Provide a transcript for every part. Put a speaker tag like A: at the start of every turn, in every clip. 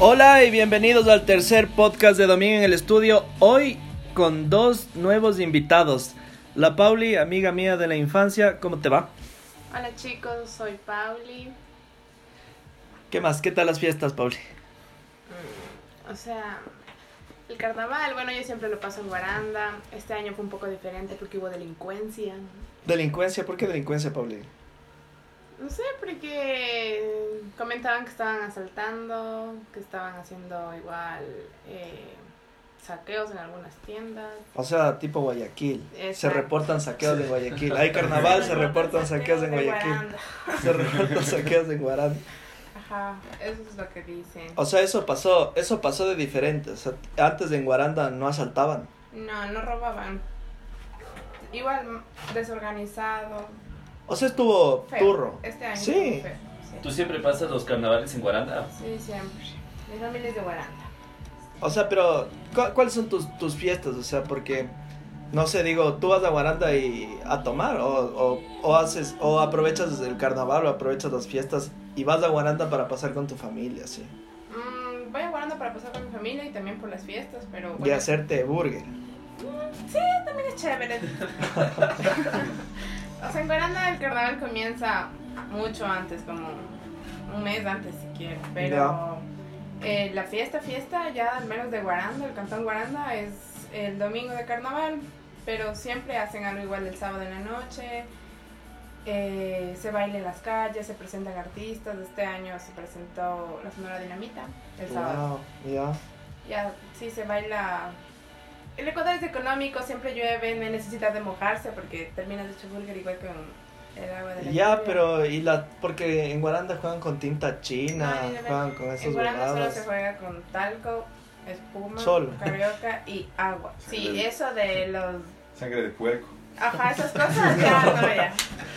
A: Hola y bienvenidos al tercer podcast de Domingo en el Estudio. Hoy con dos nuevos invitados. La Pauli, amiga mía de la infancia, ¿cómo te va?
B: Hola chicos, soy Pauli.
A: ¿Qué más? ¿Qué tal las fiestas, Pauli?
B: O sea, el carnaval, bueno, yo siempre lo paso en Guaranda. Este año fue un poco diferente porque hubo delincuencia.
A: Delincuencia, ¿por qué delincuencia, Pauli?
B: No sé, porque comentaban que estaban asaltando, que estaban haciendo igual eh, saqueos en algunas tiendas.
A: O sea, tipo Guayaquil. Se
B: Exacto.
A: reportan saqueos en Guayaquil. Hay carnaval, se reportan saqueos en
B: de
A: Guayaquil.
B: Guaranda.
A: Se reportan saqueos en Guarán.
B: Ajá, eso es lo que dicen.
A: O sea, eso pasó, eso pasó de diferente. O sea, antes en Guaranda no asaltaban.
B: No, no robaban. Igual mm, desorganizado.
A: O sea, estuvo
B: Feo.
A: turro.
B: Este año.
A: Sí.
B: fue feo,
C: ¿Tú siempre pasas los carnavales en Guaranda?
B: Sí, siempre. Mi familia es de Guaranda.
A: O sea, pero ¿cu- ¿cuáles son tus, tus fiestas? O sea, porque no sé, digo, tú vas a Guaranda y a tomar o, o, o haces o aprovechas el carnaval o aprovechas las fiestas y vas a Guaranda para pasar con tu familia, sí.
B: Mm, voy a Guaranda para pasar con mi familia y también por las fiestas, pero
A: Y
B: bueno,
A: hacerte burger.
B: es chévere. o sea, en Guaranda el carnaval comienza mucho antes, como un mes antes si quieres, pero eh, la fiesta, fiesta ya al menos de Guaranda, el cantón Guaranda es el domingo de carnaval, pero siempre hacen algo igual el sábado en la noche. eh, se baila en las calles, se presentan artistas. Este año se presentó la Sonora Dinamita el sábado.
A: Wow, ya.
B: Ya, sí, se baila. El Ecuador es económico, siempre llueve, no hay necesidad de mojarse porque terminas hecho burger igual con el agua de la
A: Ya,
B: lluvia.
A: pero y la porque en Guaranda juegan con tinta
B: No,
A: china,
B: ni de ver.
A: juegan con
B: En
A: esos
B: Guaranda solo
A: bordados.
B: se juega con talco, espuma,
A: Solo.
B: carioca y agua. Sí, eso de los.
D: Sangre de puerco.
B: Ajá, esas cosas ya no, ya.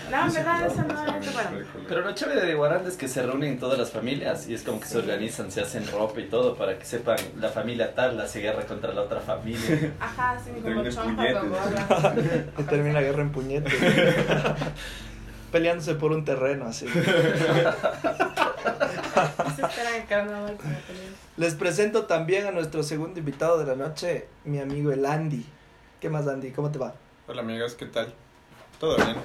B: No, en verdad, eso no
D: Sangre
B: es
D: de
B: bueno.
D: puerco.
C: Pero lo chévere de Guaranda es que se reúnen todas las familias y es como que se organizan, se hacen ropa y todo para que sepan la familia tal la se guerra contra la otra familia.
B: Ajá, sí, como
D: Termina en
B: chompa,
D: puñetes.
B: gogorra.
A: Y termina la guerra en puñetes. Peleándose por un terreno así.
B: Se espera el carnaval para pelear.
A: Les presento también a nuestro segundo invitado de la noche, mi amigo el Andy. ¿Qué más, Andy? ¿Cómo te va?
E: Hola amigos, ¿qué tal? ¿Todo bien?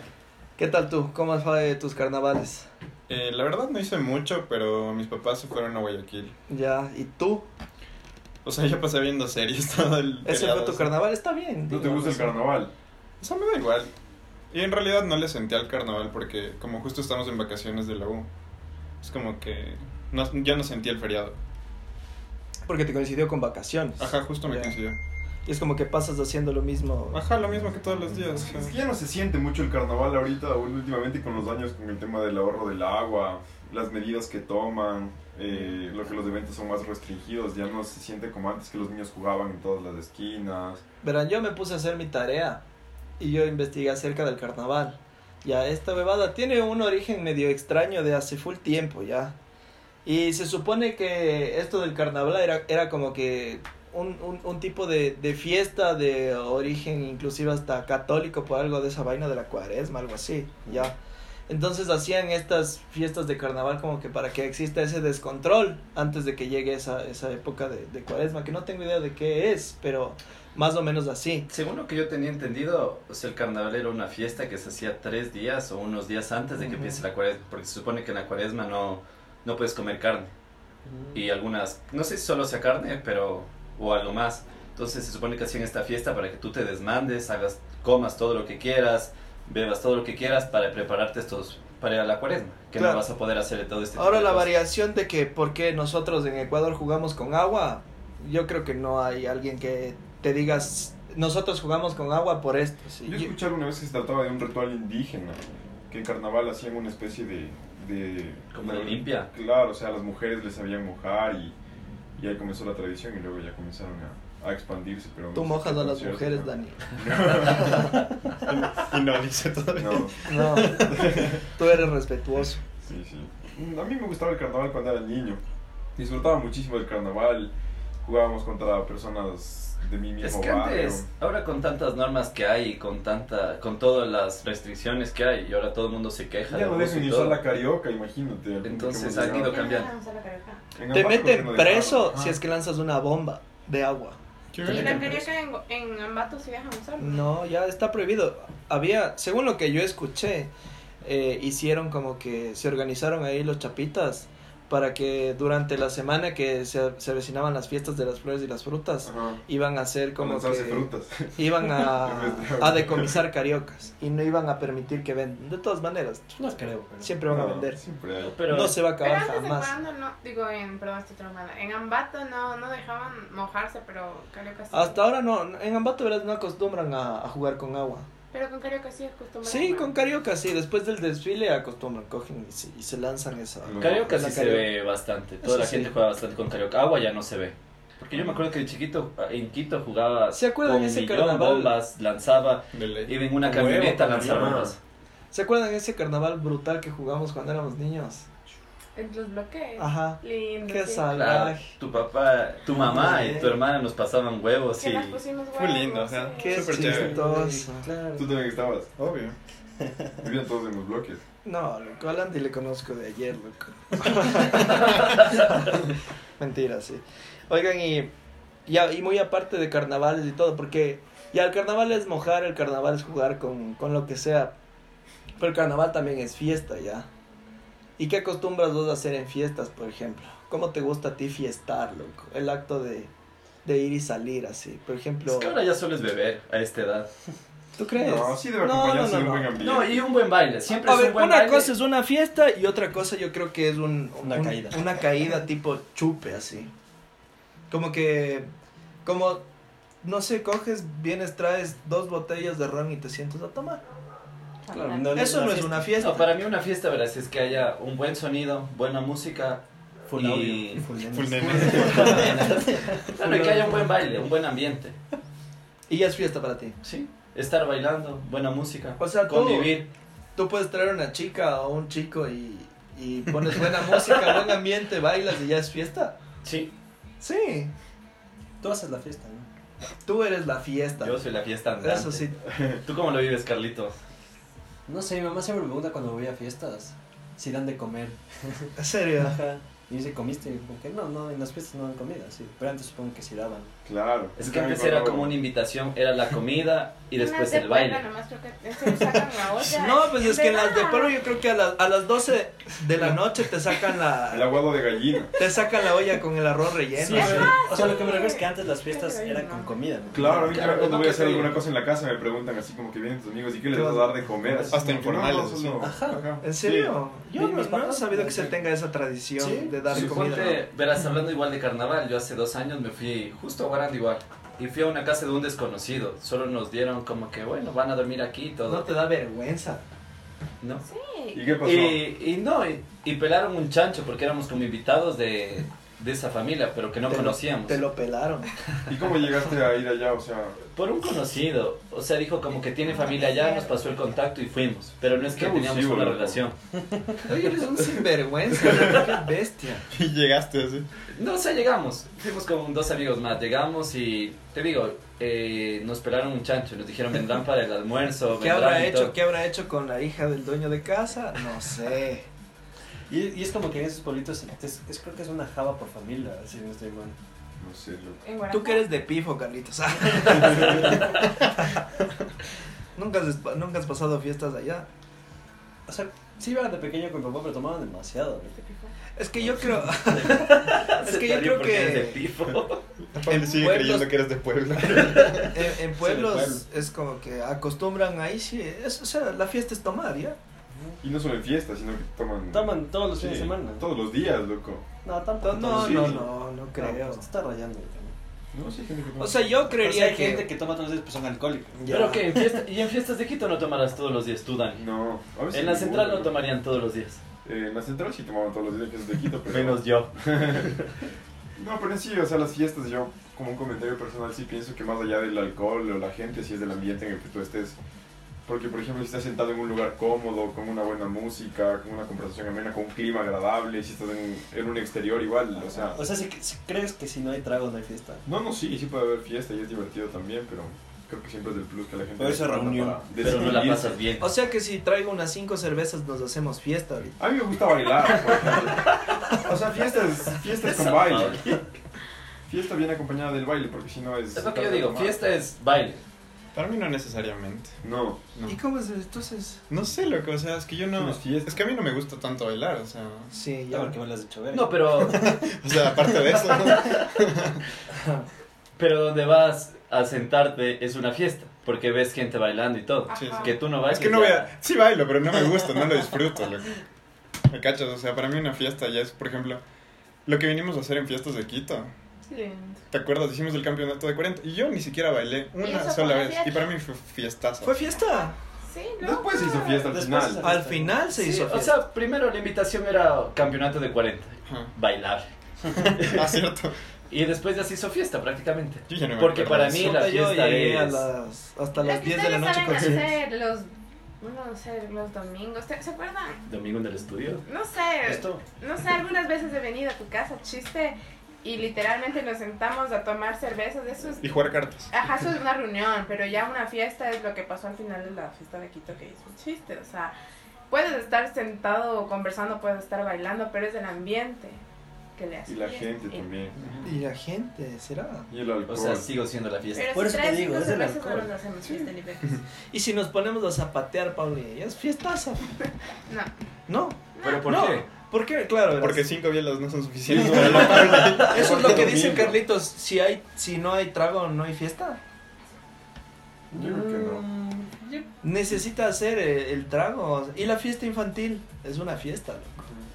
A: ¿Qué tal tú? ¿Cómo fue tus carnavales?
E: Eh, la verdad no hice mucho, pero mis papás se fueron a Guayaquil.
A: Ya, ¿y tú?
E: O sea, yo pasé viendo series todo el
A: ¿Ese
E: feriado,
A: fue tu
E: así.
A: carnaval? Está bien.
D: ¿No te
A: digo,
D: gusta el
A: no sé.
D: carnaval?
E: O sea, me da igual. Y en realidad no le sentí al carnaval porque como justo estamos en vacaciones de la U, es como que no, ya no sentí el feriado.
A: Porque te coincidió con vacaciones.
E: Ajá, justo me
A: Ya.
E: coincidió.
A: Y es como que pasas haciendo lo mismo.
E: Ajá, lo mismo que todos los días.
D: Es que
E: ajá.
D: ya no se siente mucho el carnaval ahorita, bueno, últimamente con los años, con el tema del ahorro del agua, las medidas que toman, eh, lo que los eventos son más restringidos, ya no se siente como antes que los niños jugaban en todas las esquinas.
A: Verán, yo me puse a hacer mi tarea y yo investigué acerca del carnaval. Ya, esta bebada tiene un origen medio extraño de hace full tiempo ya. Y se supone que esto del carnaval era, era como que un, un, un tipo de, de fiesta de origen inclusive hasta católico por algo de esa vaina de la cuaresma, algo así, ya. Entonces hacían estas fiestas de carnaval como que para que exista ese descontrol antes de que llegue esa, esa época de, de cuaresma, que no tengo idea de qué es, pero más o menos así.
C: Según lo que yo tenía entendido, o sea, el carnaval era una fiesta que se hacía tres días o unos días antes de que
A: Ujú.
C: empiece la cuaresma, porque se supone que en la cuaresma no, no puedes comer carne. y algunas, no sé si solo sea carne, pero o algo más. Entonces se supone que hacían esta fiesta para que tú te desmandes, hagas, comas todo lo que quieras, bebas todo lo que quieras para prepararte estos para la cuaresma, que
A: Claro.
C: no vas a poder hacer de todo este tipo
A: Ahora
C: de
A: la
C: cosas.
A: variación de que por qué nosotros en Ecuador jugamos con agua, yo creo que no hay alguien que te digas nosotros jugamos con agua por esto. sí.
D: Yo escuché una vez que se trataba de un ritual indígena, que en carnaval hacían una especie de... de
C: Como de limpia.
D: Claro, o sea, las mujeres les sabían mojar y, y ahí comenzó la tradición y luego ya comenzaron a, a expandirse. Pero no
A: Tú
D: sé
A: mojas
D: qué
A: a las
D: tan cierto,
A: mujeres,
D: ¿no?
A: Dani.
E: Y no lo hice todavía.
D: No,
A: No, tú eres respetuoso.
D: Mm, sí, sí. A mí me gustaba el carnaval cuando era niño. Disfrutaba muchísimo del carnaval. jugábamos contra personas de mi mismo
C: Es que
D: barrio.
C: antes, ahora con tantas normas que hay y con tanta, con todas las restricciones que hay, y ahora todo el mundo se queja.
D: Ya
C: del
D: no
C: bus y
D: dejan ni
C: todo.
D: usar la carioca, imagínate. al punto que
C: Entonces,
D: hemos
C: han
D: llegado.
C: ido cambiando.
D: En Ambato
A: Te
D: creo que
A: meten
D: no Ah. dejaron.
A: preso
D: Ajá.
A: si es que lanzas una bomba de agua.
E: Qué
B: Y la
E: verga.
B: carioca en, en Ambato sí dejan usar.
A: No, ya está prohibido. Había, según lo que yo escuché, eh, hicieron como que se organizaron ahí los chapitas para que durante la semana que se, se avecinaban las fiestas de las flores y las frutas,
D: Ajá.
A: iban a hacer
D: Como
A: como que
D: lanzarse frutas.
A: iban
D: En
A: a,
D: vez de agua.
A: a decomisar cariocas y no iban a permitir que vendan. De todas maneras,
F: No creo, pero.
A: siempre van a
D: No,
A: vender.
D: Siempre hay.
C: Pero
A: no se va a
B: Pero
A: acabar
B: antes en
A: jamás.
B: Guaranda no, digo en, perdón, estoy traumada. En Ambato no, no dejaban mojarse, pero Carioca sí.
A: Hasta ahora no, en Ambato ¿verdad? no acostumbran a, a jugar con agua.
B: Pero con Carioca sí acostumbrado.
A: Sí, con carioca sí, después del desfile acostumbran, cogen y se, y se lanzan esa.
D: No.
C: Carioca
A: La
C: sí se
A: carioca.
C: ve bastante. Toda
A: Eso
C: la
A: sí.
C: gente juega bastante con Carioca. Agua ya no se ve. Porque yo me acuerdo que de chiquito ah, en Quito jugaba
A: ¿Se acuerdan
C: con
A: ese
C: millón
A: carnaval?
C: bombas, lanzaba,
E: De ley.
C: iba en una
F: Con huevo,
C: camioneta a
F: con
C: lanzar
F: llama.
C: bombas.
A: ¿Se acuerdan ese carnaval brutal que jugamos cuando éramos niños?
B: En los bloqueos.
A: Ajá.
B: Lindo.
A: Qué
B: sí.
C: Claro,
A: salvaje.
C: tu papá, tu mamá y
A: Sí.
C: tu hermana nos pasaban huevos
B: Que
C: y
B: las pusimos
E: Fue lindo,
B: huevos,
E: ajá.
B: sí.
A: Qué
E: Súper chévere.
A: chistoso.
D: Tú también estabas.
E: Obvio.
D: Vivían todos en los bloques.
A: No, loco, a Landy le conozco de ayer, loco. Mentira, sí. Oigan, y, ya, y muy aparte de carnavales y todo, porque ya el carnaval es mojar, el carnaval es jugar con, con lo que sea. Pero el carnaval también es fiesta, ya. ¿Y qué acostumbras vos a hacer en fiestas, por ejemplo? ¿Cómo te gusta a ti fiestar, loco? El acto de, de ir y salir así. Por ejemplo,
C: Es que ahora ya solo es beber a esta edad.
A: ¿tú crees?
D: No, sí debe
A: No,
D: acompañarse
A: no,
D: de un
A: no,
D: buen
A: no.
D: ambiente.
C: No, y un buen baile. Siempre
A: A
C: es
A: ver,
C: un buen
A: una
C: baile.
A: cosa es una fiesta y otra cosa yo creo que es un,
F: Una
A: un-
F: caída.
A: Una caída tipo chupe, así. Como que, como, no sé, coges, vienes, traes dos botellas de ron y te sientas a tomar.
F: Claro,
A: Eso no es una fiesta.
C: No, para mí una fiesta, verás, si es que haya un buen sonido, buena música,
F: Full
C: Y-
F: audio. Full dance.
E: Full nene.
C: claro, y que haya un buen baile, un buen ambiente,
A: Y ya es fiesta para ti.
C: ¿sí? Estar bailando, buena música,
A: O sea, tú-
C: convivir.
A: Tú puedes traer una chica o un chico y, y pones buena música, buen ambiente, bailas y ya es fiesta.
C: Sí,
A: Sí,
F: Tú haces la fiesta, ¿no?
A: tú eres la fiesta.
C: yo soy la fiesta andante.
A: Eso sí.
C: ¿Tú cómo lo vives, Carlito?
F: No sé, mi mamá siempre me pregunta cuando voy a fiestas si dan de comer.
A: En serio.
F: Ajá. Y dice, ¿comiste? Y yo como que no, no, en las fiestas no dan comida, sí. Pero antes supongo que sí daban.
D: Claro.
C: Es que antes era como una invitación, era la comida y después
B: Unas de
C: el baile.
B: Puebla nomás, creo que se sacan la olla.
A: No, pues es que en las de
B: Perú
A: Perú yo creo que a, las- a las 12 de la noche te sacan
D: El
A: la
D: aguado de gallina.
A: te sacan la olla con el arroz relleno.
F: Sí,
A: así.
F: pero- o sea, lo que me refiero es que antes las
B: Creo que
F: fiestas
B: ahí
F: eran
B: no.
F: con comida, ¿no?
D: Claro, a mí
C: Claro,
D: cuando
C: no
D: voy
C: que
D: a hacer
C: sí.
D: alguna cosa en la casa me preguntan así como que vienen tus amigos y qué les vas a dar de comer. Así
E: Hasta
D: como que, no, pues,
E: informales,
D: no,
E: sí.
D: no.
F: Ajá.
A: ¿En serio? Yo
F: Mi-
A: no,
F: mis
A: no he
F: papás-
A: sabido que se tenga esa tradición
F: Sí.
A: de dar
C: Sí,
A: comida.
C: ponte, verás, hablando igual de carnaval, yo hace dos años me fui justo a Guaranda igual. Y fui a una casa de un desconocido. Solo nos dieron como que, bueno, van a dormir aquí y
A: ¿no?
C: todo.
A: No te da vergüenza.
C: ¿No?
D: ¿Y qué pasó?
C: Y, y no, y, y pelaron un chancho porque éramos como invitados de, de esa familia, pero que no
A: Te lo-
C: conocíamos.
A: Te lo pelaron.
D: ¿Y cómo llegaste a ir allá? O sea,
C: Por un conocido, o sea, dijo como que tiene familia allá, nos pasó el contacto y fuimos. Pero no es que
D: Qué
C: teníamos
D: abusivo,
C: una
D: loco.
C: relación.
A: Oye, eres un sinvergüenza, qué bestia.
E: Y llegaste así.
C: No, o sea, llegamos, fuimos con dos amigos más, llegamos y te digo, eh, nos pelaron un chancho, nos dijeron vendrán para el almuerzo.
A: ¿Qué
C: vendrán
A: habrá
C: y
A: hecho?
C: todo.
A: ¿Qué habrá hecho con la hija del dueño de casa? No sé.
F: Y, y es como que en esos pueblitos, es, es- creo que es una java por familia, así no estoy mal.
D: no sé, loco.
A: Tú que eres de pifo, Carlitos. ¿Nunca has, nunca has pasado fiestas allá.
F: O sea, sí iba de pequeño con mi papá, pero tomaban demasiado. ¿no?
B: este
A: Es que yo creo. es
C: Se
A: que yo creo
C: rió porque eres de
A: que
C: pifo.
E: Pablo sigue
A: pueblos-
E: creyendo que eres de Puebla.
A: en, en pueblos es como que acostumbran ahí sí. es- o sea, la fiesta es tomar, ¿ya?
D: Y no solo en fiestas, sino que toman...
F: Toman todos los
D: Sí,
F: fines de semana.
D: Todos los días, loco.
F: No, tampoco.
A: No, no,
F: todos los
A: no,
F: fines.
A: no, no
F: No,
A: creo.
F: pues, te está rayando. ya, ¿no?
D: No, sí, hay gente que toma.
A: O sea, yo
F: O sea,
A: creería
F: hay gente
A: que.
F: que toma todos los días, pues son alcohólicos.
A: Ya.
C: Pero que en fiesta- y en fiestas de Quito no tomarás todos los días, tú, Dani.
D: No, a veces
C: En la
D: ninguno,
C: central no
D: loco.
C: tomarían todos los días.
D: Eh, en la central sí tomaban todos los días fiestas de Quito, pero...
C: yo.
D: No, pero en sí, o sea, las fiestas, yo como un comentario personal sí pienso que más allá del alcohol o la gente, si es del ambiente en el que tú estés, Porque, por ejemplo, si estás sentado en un lugar cómodo, con una buena música, con una conversación amena, con un clima agradable, si estás en, en un exterior igual, o sea...
F: O sea, si, si crees que si no hay tragos no hay fiesta.
D: No, no, sí, sí puede haber fiesta y es divertido también, pero creo que siempre es el plus que la gente...
F: Puede ser
D: le pone
F: reunión,
D: para
C: Pero no la
D: desinhibirse.
C: pasas bien.
A: O sea que si traigo unas cinco cervezas nos hacemos fiesta ahorita.
D: A mí me gusta bailar, por ejemplo. O sea, fiestas, fiestas con baile. Fiesta bien acompañada del baile, porque si no es...
C: Es lo que yo digo, fiesta es baile.
E: Para mí no necesariamente.
D: No,
E: No.
A: ¿Y cómo es entonces?
E: No sé, loco, o sea, es que yo
D: No
E: no...
D: es fiesta.
E: Es que a mí no me gusta tanto bailar, o sea...
A: Sí,
F: Ya
A: ya.
F: porque me las has hecho ver.
C: No, pero,
E: O sea, aparte de eso, ¿no?
C: pero donde vas a sentarte es una fiesta, porque ves gente bailando y todo.
E: Sí, sí.
B: Ajá.
C: Que tú no bailes.
E: Es que no voy
C: ya-
E: a... Sí bailo, pero no me gusta, no lo disfruto, loco. ¿Me cachas? O sea, para mí una fiesta ya es, por ejemplo, lo que vinimos a hacer en fiestas de Quito.
B: Lindo.
E: ¿Te acuerdas? Hicimos el campeonato de 40 y yo ni siquiera bailé
B: ¿Y eso
E: una
B: fue
E: sola
B: una
E: vez.
B: fiesta?
E: Y para mí fue fiestazo.
A: ¿Fue fiesta?
B: Sí, loco.
D: después se hizo fiesta al
F: Después
D: final.
F: se
A: Al final se
C: Sí,
A: hizo
C: o
A: fiesta.
C: sea, primero la invitación era campeonato de 40,
E: Ajá.
C: bailar.
E: Ah, cierto.
C: Y después ya se hizo fiesta prácticamente.
E: Yo ya no me
C: Porque
E: acuerdo
C: para
E: de
C: mí
E: eso.
C: la
A: yo
C: fiesta
A: llegué a
C: es...
A: las, hasta
B: Lo
A: las
B: que
A: 10 de la
B: ustedes
A: noche con
B: saben hacer los, no sé, los domingos. ¿Se se acuerdan?
C: Domingo en el estudio.
B: No sé.
C: Esto.
B: No sé, algunas veces he venido a tu casa, chiste, y literalmente nos sentamos a tomar cervezas. Eso es.
E: Y jugar cartas.
B: Ajá, eso es una reunión, pero ya una fiesta es lo que pasó al final de la fiesta de Quito, que es un chiste. O sea, puedes estar sentado conversando, puedes estar bailando, pero es el ambiente que le hace.
D: Y la
B: fiesta.
D: gente
B: Y-
D: también.
A: Y la gente, ¿será?
D: Y el alcohol.
C: O sea, sigo siendo la fiesta.
B: Pero
F: Por
B: si
F: eso te
B: traes
F: digo,
B: cinco
F: es el
B: cervezas, no
F: alcohol.
B: nos hacemos fiesta ni vergas.
A: Y si nos ponemos a zapatear, Pauli, ya es fiestaza.
B: No.
A: No,
C: ¿Pero por
A: no.
C: qué?
A: ¿Por qué? Claro, verás.
E: Porque cinco bielas no son suficientes.
A: Eso es lo que dice
D: Domingo.
A: Carlitos. Si, hay, si no hay trago, no hay fiesta.
D: Yo creo que no.
C: Mm, yo-
A: Necesita hacer eh, el trago. Y la fiesta infantil es una fiesta. loco.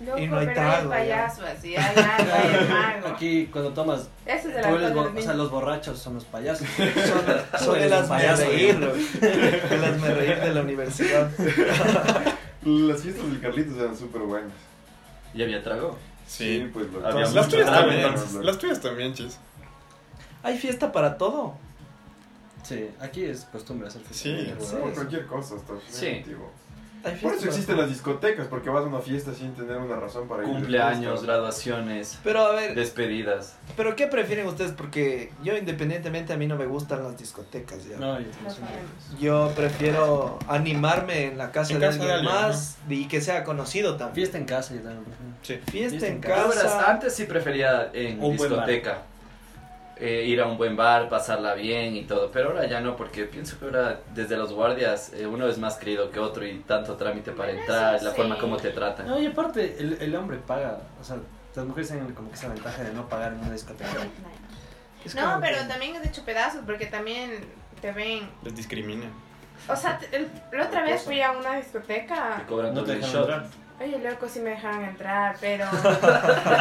B: Loco,
A: Y no hay
B: pero
A: trago, ya.
B: hay payasos, y hay algo, hay mago.
F: Aquí cuando tomas,
B: Eso es
F: tú
B: el
F: eres bo-
B: alcohol.
F: o sea, los borrachos son los payasos.
A: Son, son el
F: eres un
A: asme
F: payaso,
A: reír,
F: ¿no?
A: loco. El asme reír de la universidad.
D: Las fiestas del Carlitos eran súper buenas.
C: ¿Y había trago?
E: Sí.
D: pues lo
C: Había
E: Las tuyas
C: Ah,
E: también.
D: entonces.
E: Las tuyas también, chis.
A: Hay fiesta para todo.
F: Sí, aquí es costumbre hacer fiesta.
E: Sí,
D: Sí, por cualquier cosa, hasta
C: Sí.
D: definitivo.
A: Hay
D: Por
A: fiesta
D: eso
A: para
D: existen
A: todo.
D: las discotecas, porque vas a una fiesta sin tener una razón para ir. de
C: Cumpleaños,
D: fiesta.
C: graduaciones,
A: Pero a ver,
C: despedidas.
A: ¿pero qué prefieren ustedes? Porque yo independientemente a mí no me gustan las discotecas. ya.
F: No, yo
B: Los amigos.
A: Yo prefiero animarme en la casa,
E: En
A: de,
E: casa de
A: alguien
E: alguien,
A: más y que sea conocido también.
F: Fiesta en casa yo también. prefiero.
E: Sí.
B: Este
A: Fiesta,
F: Fiesta
A: en,
F: en
A: casa.
C: Pero verás, antes sí prefería en
F: Un buen bar.
C: discoteca. eh, ir a un buen bar, pasarla bien y todo. Pero ahora ya no, porque pienso que ahora desde los guardias eh, uno es más querido que otro y tanto trámite para
B: Bueno,
C: entrar,
B: eso
C: la
B: sí.
C: forma como te tratan.
F: No, y aparte, el, el hombre paga. O sea, las mujeres tienen como que esa ventaja de no pagar en una discoteca.
A: Es
B: No,
A: como
B: pero
A: que-
B: también es hecho pedazos porque también te ven.
E: Les discrimina.
B: O sea, te- el- la otra vez fui a una discoteca.
C: Te cobran
F: No
C: todo
F: te
C: el
F: dejan
C: shot.
F: entrar.
B: Oye, loco, sí me dejaron entrar, pero.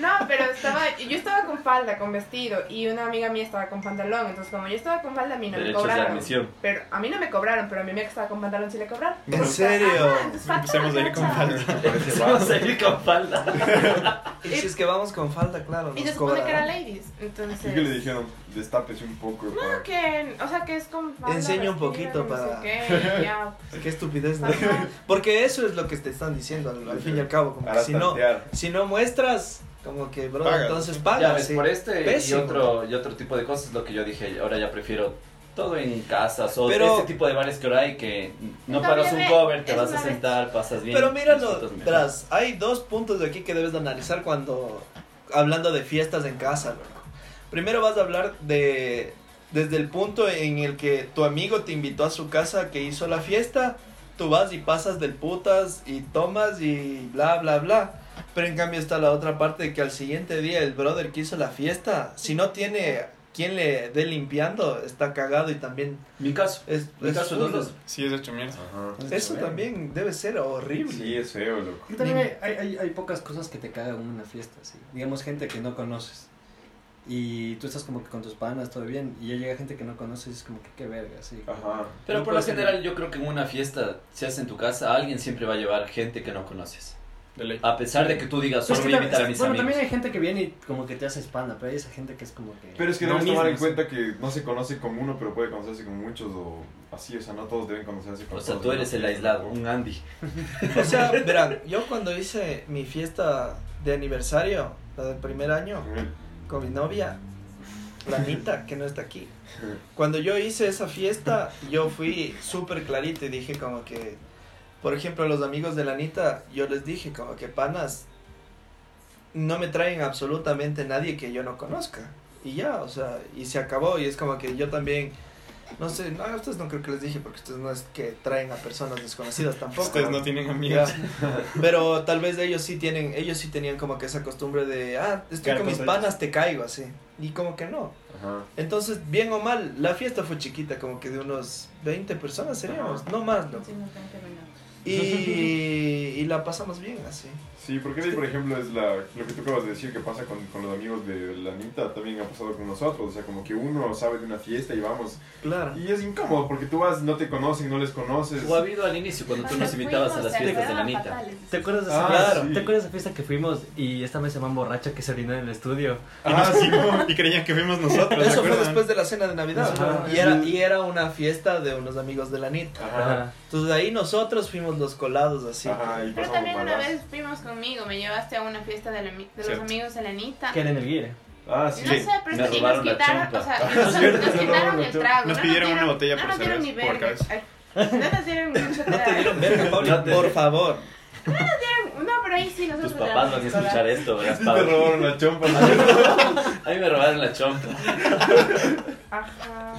B: no, pero estaba. Yo estaba con falda, con vestido, y una amiga mía estaba con pantalón. Entonces, como yo estaba con falda, a mí no
C: Derechos
B: me
C: de
B: cobraron.
C: admisión.
B: Pero a mí no me cobraron, pero a mi amiga que estaba con pantalón sí le cobraron.
A: ¿En serio?
B: Ajá, entonces, falta
E: Empezamos
B: la
E: a ir con
B: cancha.
E: falda.
D: Parece
C: Vamos
D: vaso.
C: a ir con falda.
A: Y si es que vamos con falda, claro.
B: Y
A: nos
B: se supone que era
A: cobrarán.
B: ladies. Entonces.
D: ¿Y qué le dijeron? Destápese un poco. para-
B: que, o sea, que es con falda,
A: Enseña un
B: vestido,
A: poquito
B: no sé
A: para-
B: qué, ya,
A: Qué estupidez, ¿no?
B: Ajá.
A: Porque eso es lo que te están diciendo al, al fin y al cabo. Como que
D: Harás
A: si no,
D: tantear.
A: si no muestras, como que, bro,
E: Pagas.
A: entonces
C: ya
A: pagas.
C: ves,
A: sí.
C: por este
A: Pésimo.
C: y otro y otro tipo de cosas lo que yo dije, ahora ya prefiero todo en casas o
A: Pero-
C: este tipo de bares que ahora hay que no
B: También
C: pagas un
B: ve-
C: cover, te
B: es
C: vas
B: una
C: a
B: vez-
C: sentar, pasas bien.
A: Pero míralo,
C: disfrutas mejor.
A: tras, hay dos puntos de aquí que debes de analizar cuando hablando de fiestas en casa, loco. Primero vas a hablar de desde el punto en el que tu amigo te invitó a su casa que hizo la fiesta, tú vas y pasas del putas y tomas y bla bla bla. Pero en cambio está la otra parte de que al siguiente día el brother que hizo la fiesta, si no tiene quien le dé limpiando, está cagado y también
C: Mi caso.
A: es,
C: Mi
A: es
C: caso
A: full.
C: los dos.
E: Sí, es hecho mierda.
D: Ajá.
A: Eso también debe ser horrible.
D: Sí, es feo, loco.
F: Y también hay, hay, hay- hay pocas cosas que te cagan en una fiesta, sí. Digamos, gente que no conoces. Y tú estás como que con tus panas, todo bien. Y ya llega gente que no conoces y es como que qué verga, sí.
D: Ajá.
C: Pero
F: No
C: por lo
F: puedes
C: general yo creo que en una fiesta, si haces en tu casa, alguien siempre va a llevar gente que no conoces.
E: de ley.
C: A pesar de que tú digas, solo
F: Pues Es que
C: voy a invitar a
F: tam-
C: mis
F: bueno,
C: amigos.
F: también hay gente que viene y como que te hace hispana, pero hay esa gente que es como que...
D: Pero es que
F: no
D: debes tomar en
F: mismas.
D: cuenta que no se conoce con uno, pero puede conocerse con muchos o así, o sea, no todos deben conocerse con
C: O sea,
D: todos,
C: tú
D: ¿no?
C: eres el aislado, un Andy.
A: O sea, verán, yo cuando hice mi fiesta de aniversario, la del primer año, con mi novia, la Anita, que no está aquí. Cuando yo hice esa fiesta, yo fui súper clarito y dije como que, por ejemplo, a los amigos de la Anita, yo les dije como que panas, no me traen absolutamente nadie que yo no conozca. Y ya, o sea, y se acabó y es como que yo también... No sé, no, a ustedes no creo que les dije porque ustedes no es que traen a personas desconocidas tampoco.
E: Ustedes no tienen amigos.
A: Ya. Pero tal vez ellos sí tienen, ellos sí tenían como que esa costumbre de, ah, estoy
E: Claro,
A: con mis
E: con todos.
A: panas, te caigo así. Y como que no.
D: Ajá.
A: Entonces, bien o mal, la fiesta fue chiquita, como que de unos 20 personas seríamos, no más, loco.
B: Sí, no tengo que venir.
A: Y, y la pasamos bien así.
D: Sí, porque ahí, por ejemplo, es la, lo que tú acabas de decir que pasa con, con los amigos de la Anita, también ha pasado con nosotros, o sea, como que uno sabe de una fiesta y vamos.
A: Claro.
D: Y es incómodo porque tú vas, no te conocen, no les conoces.
C: O ha habido al inicio cuando tú nos invitabas a las fiestas de la Anita.
F: ¿Te acuerdas de
D: Ah,
F: esa
D: sí.
F: fiesta? ¿Te acuerdas de esa fiesta que fuimos y esta vez se man borracha que se orinó en el estudio?
E: Ah, sí, no, y creían que fuimos nosotros, ¿se
A: Eso fue
E: acuerdan?
A: después de la cena de Navidad.
F: Ajá.
A: ¿no? Y, era, y era una fiesta de unos amigos de la Anita.
D: Ajá.
A: Entonces ahí nosotros fuimos los colados así.
D: Ajá, y
B: Pero
D: pasamos
B: también una
D: malas.
B: vez fuimos conmigo, me llevaste a una fiesta de, la- de los
E: Cierto.
B: amigos de la Anita.
F: Que era en el guire.
D: Ah,
B: No
D: sí.
B: sé, pero
C: Me
B: es que nos
C: robaron la
B: quitaron,
C: chompa.
B: o sea, nos, nos quitaron el trago.
E: Nos
B: no
E: pidieron
B: dieron-
E: una botella
B: no
E: por
B: nos dieron ni
E: cerveza, por
B: verga.
E: cabeza.
B: Ay, No nos dieron mucho
A: No te dieron verga, Pablo,
C: No te-
A: por favor.
B: No, pero ahí sí nosotros
C: Tus papás van a
B: llegamos
C: escuchar esto, ¿verdad,
D: Sí te
C: Pablo?
D: robaron la chompa. ¿no?
C: A mí me robaron la chompa.
B: Ajá.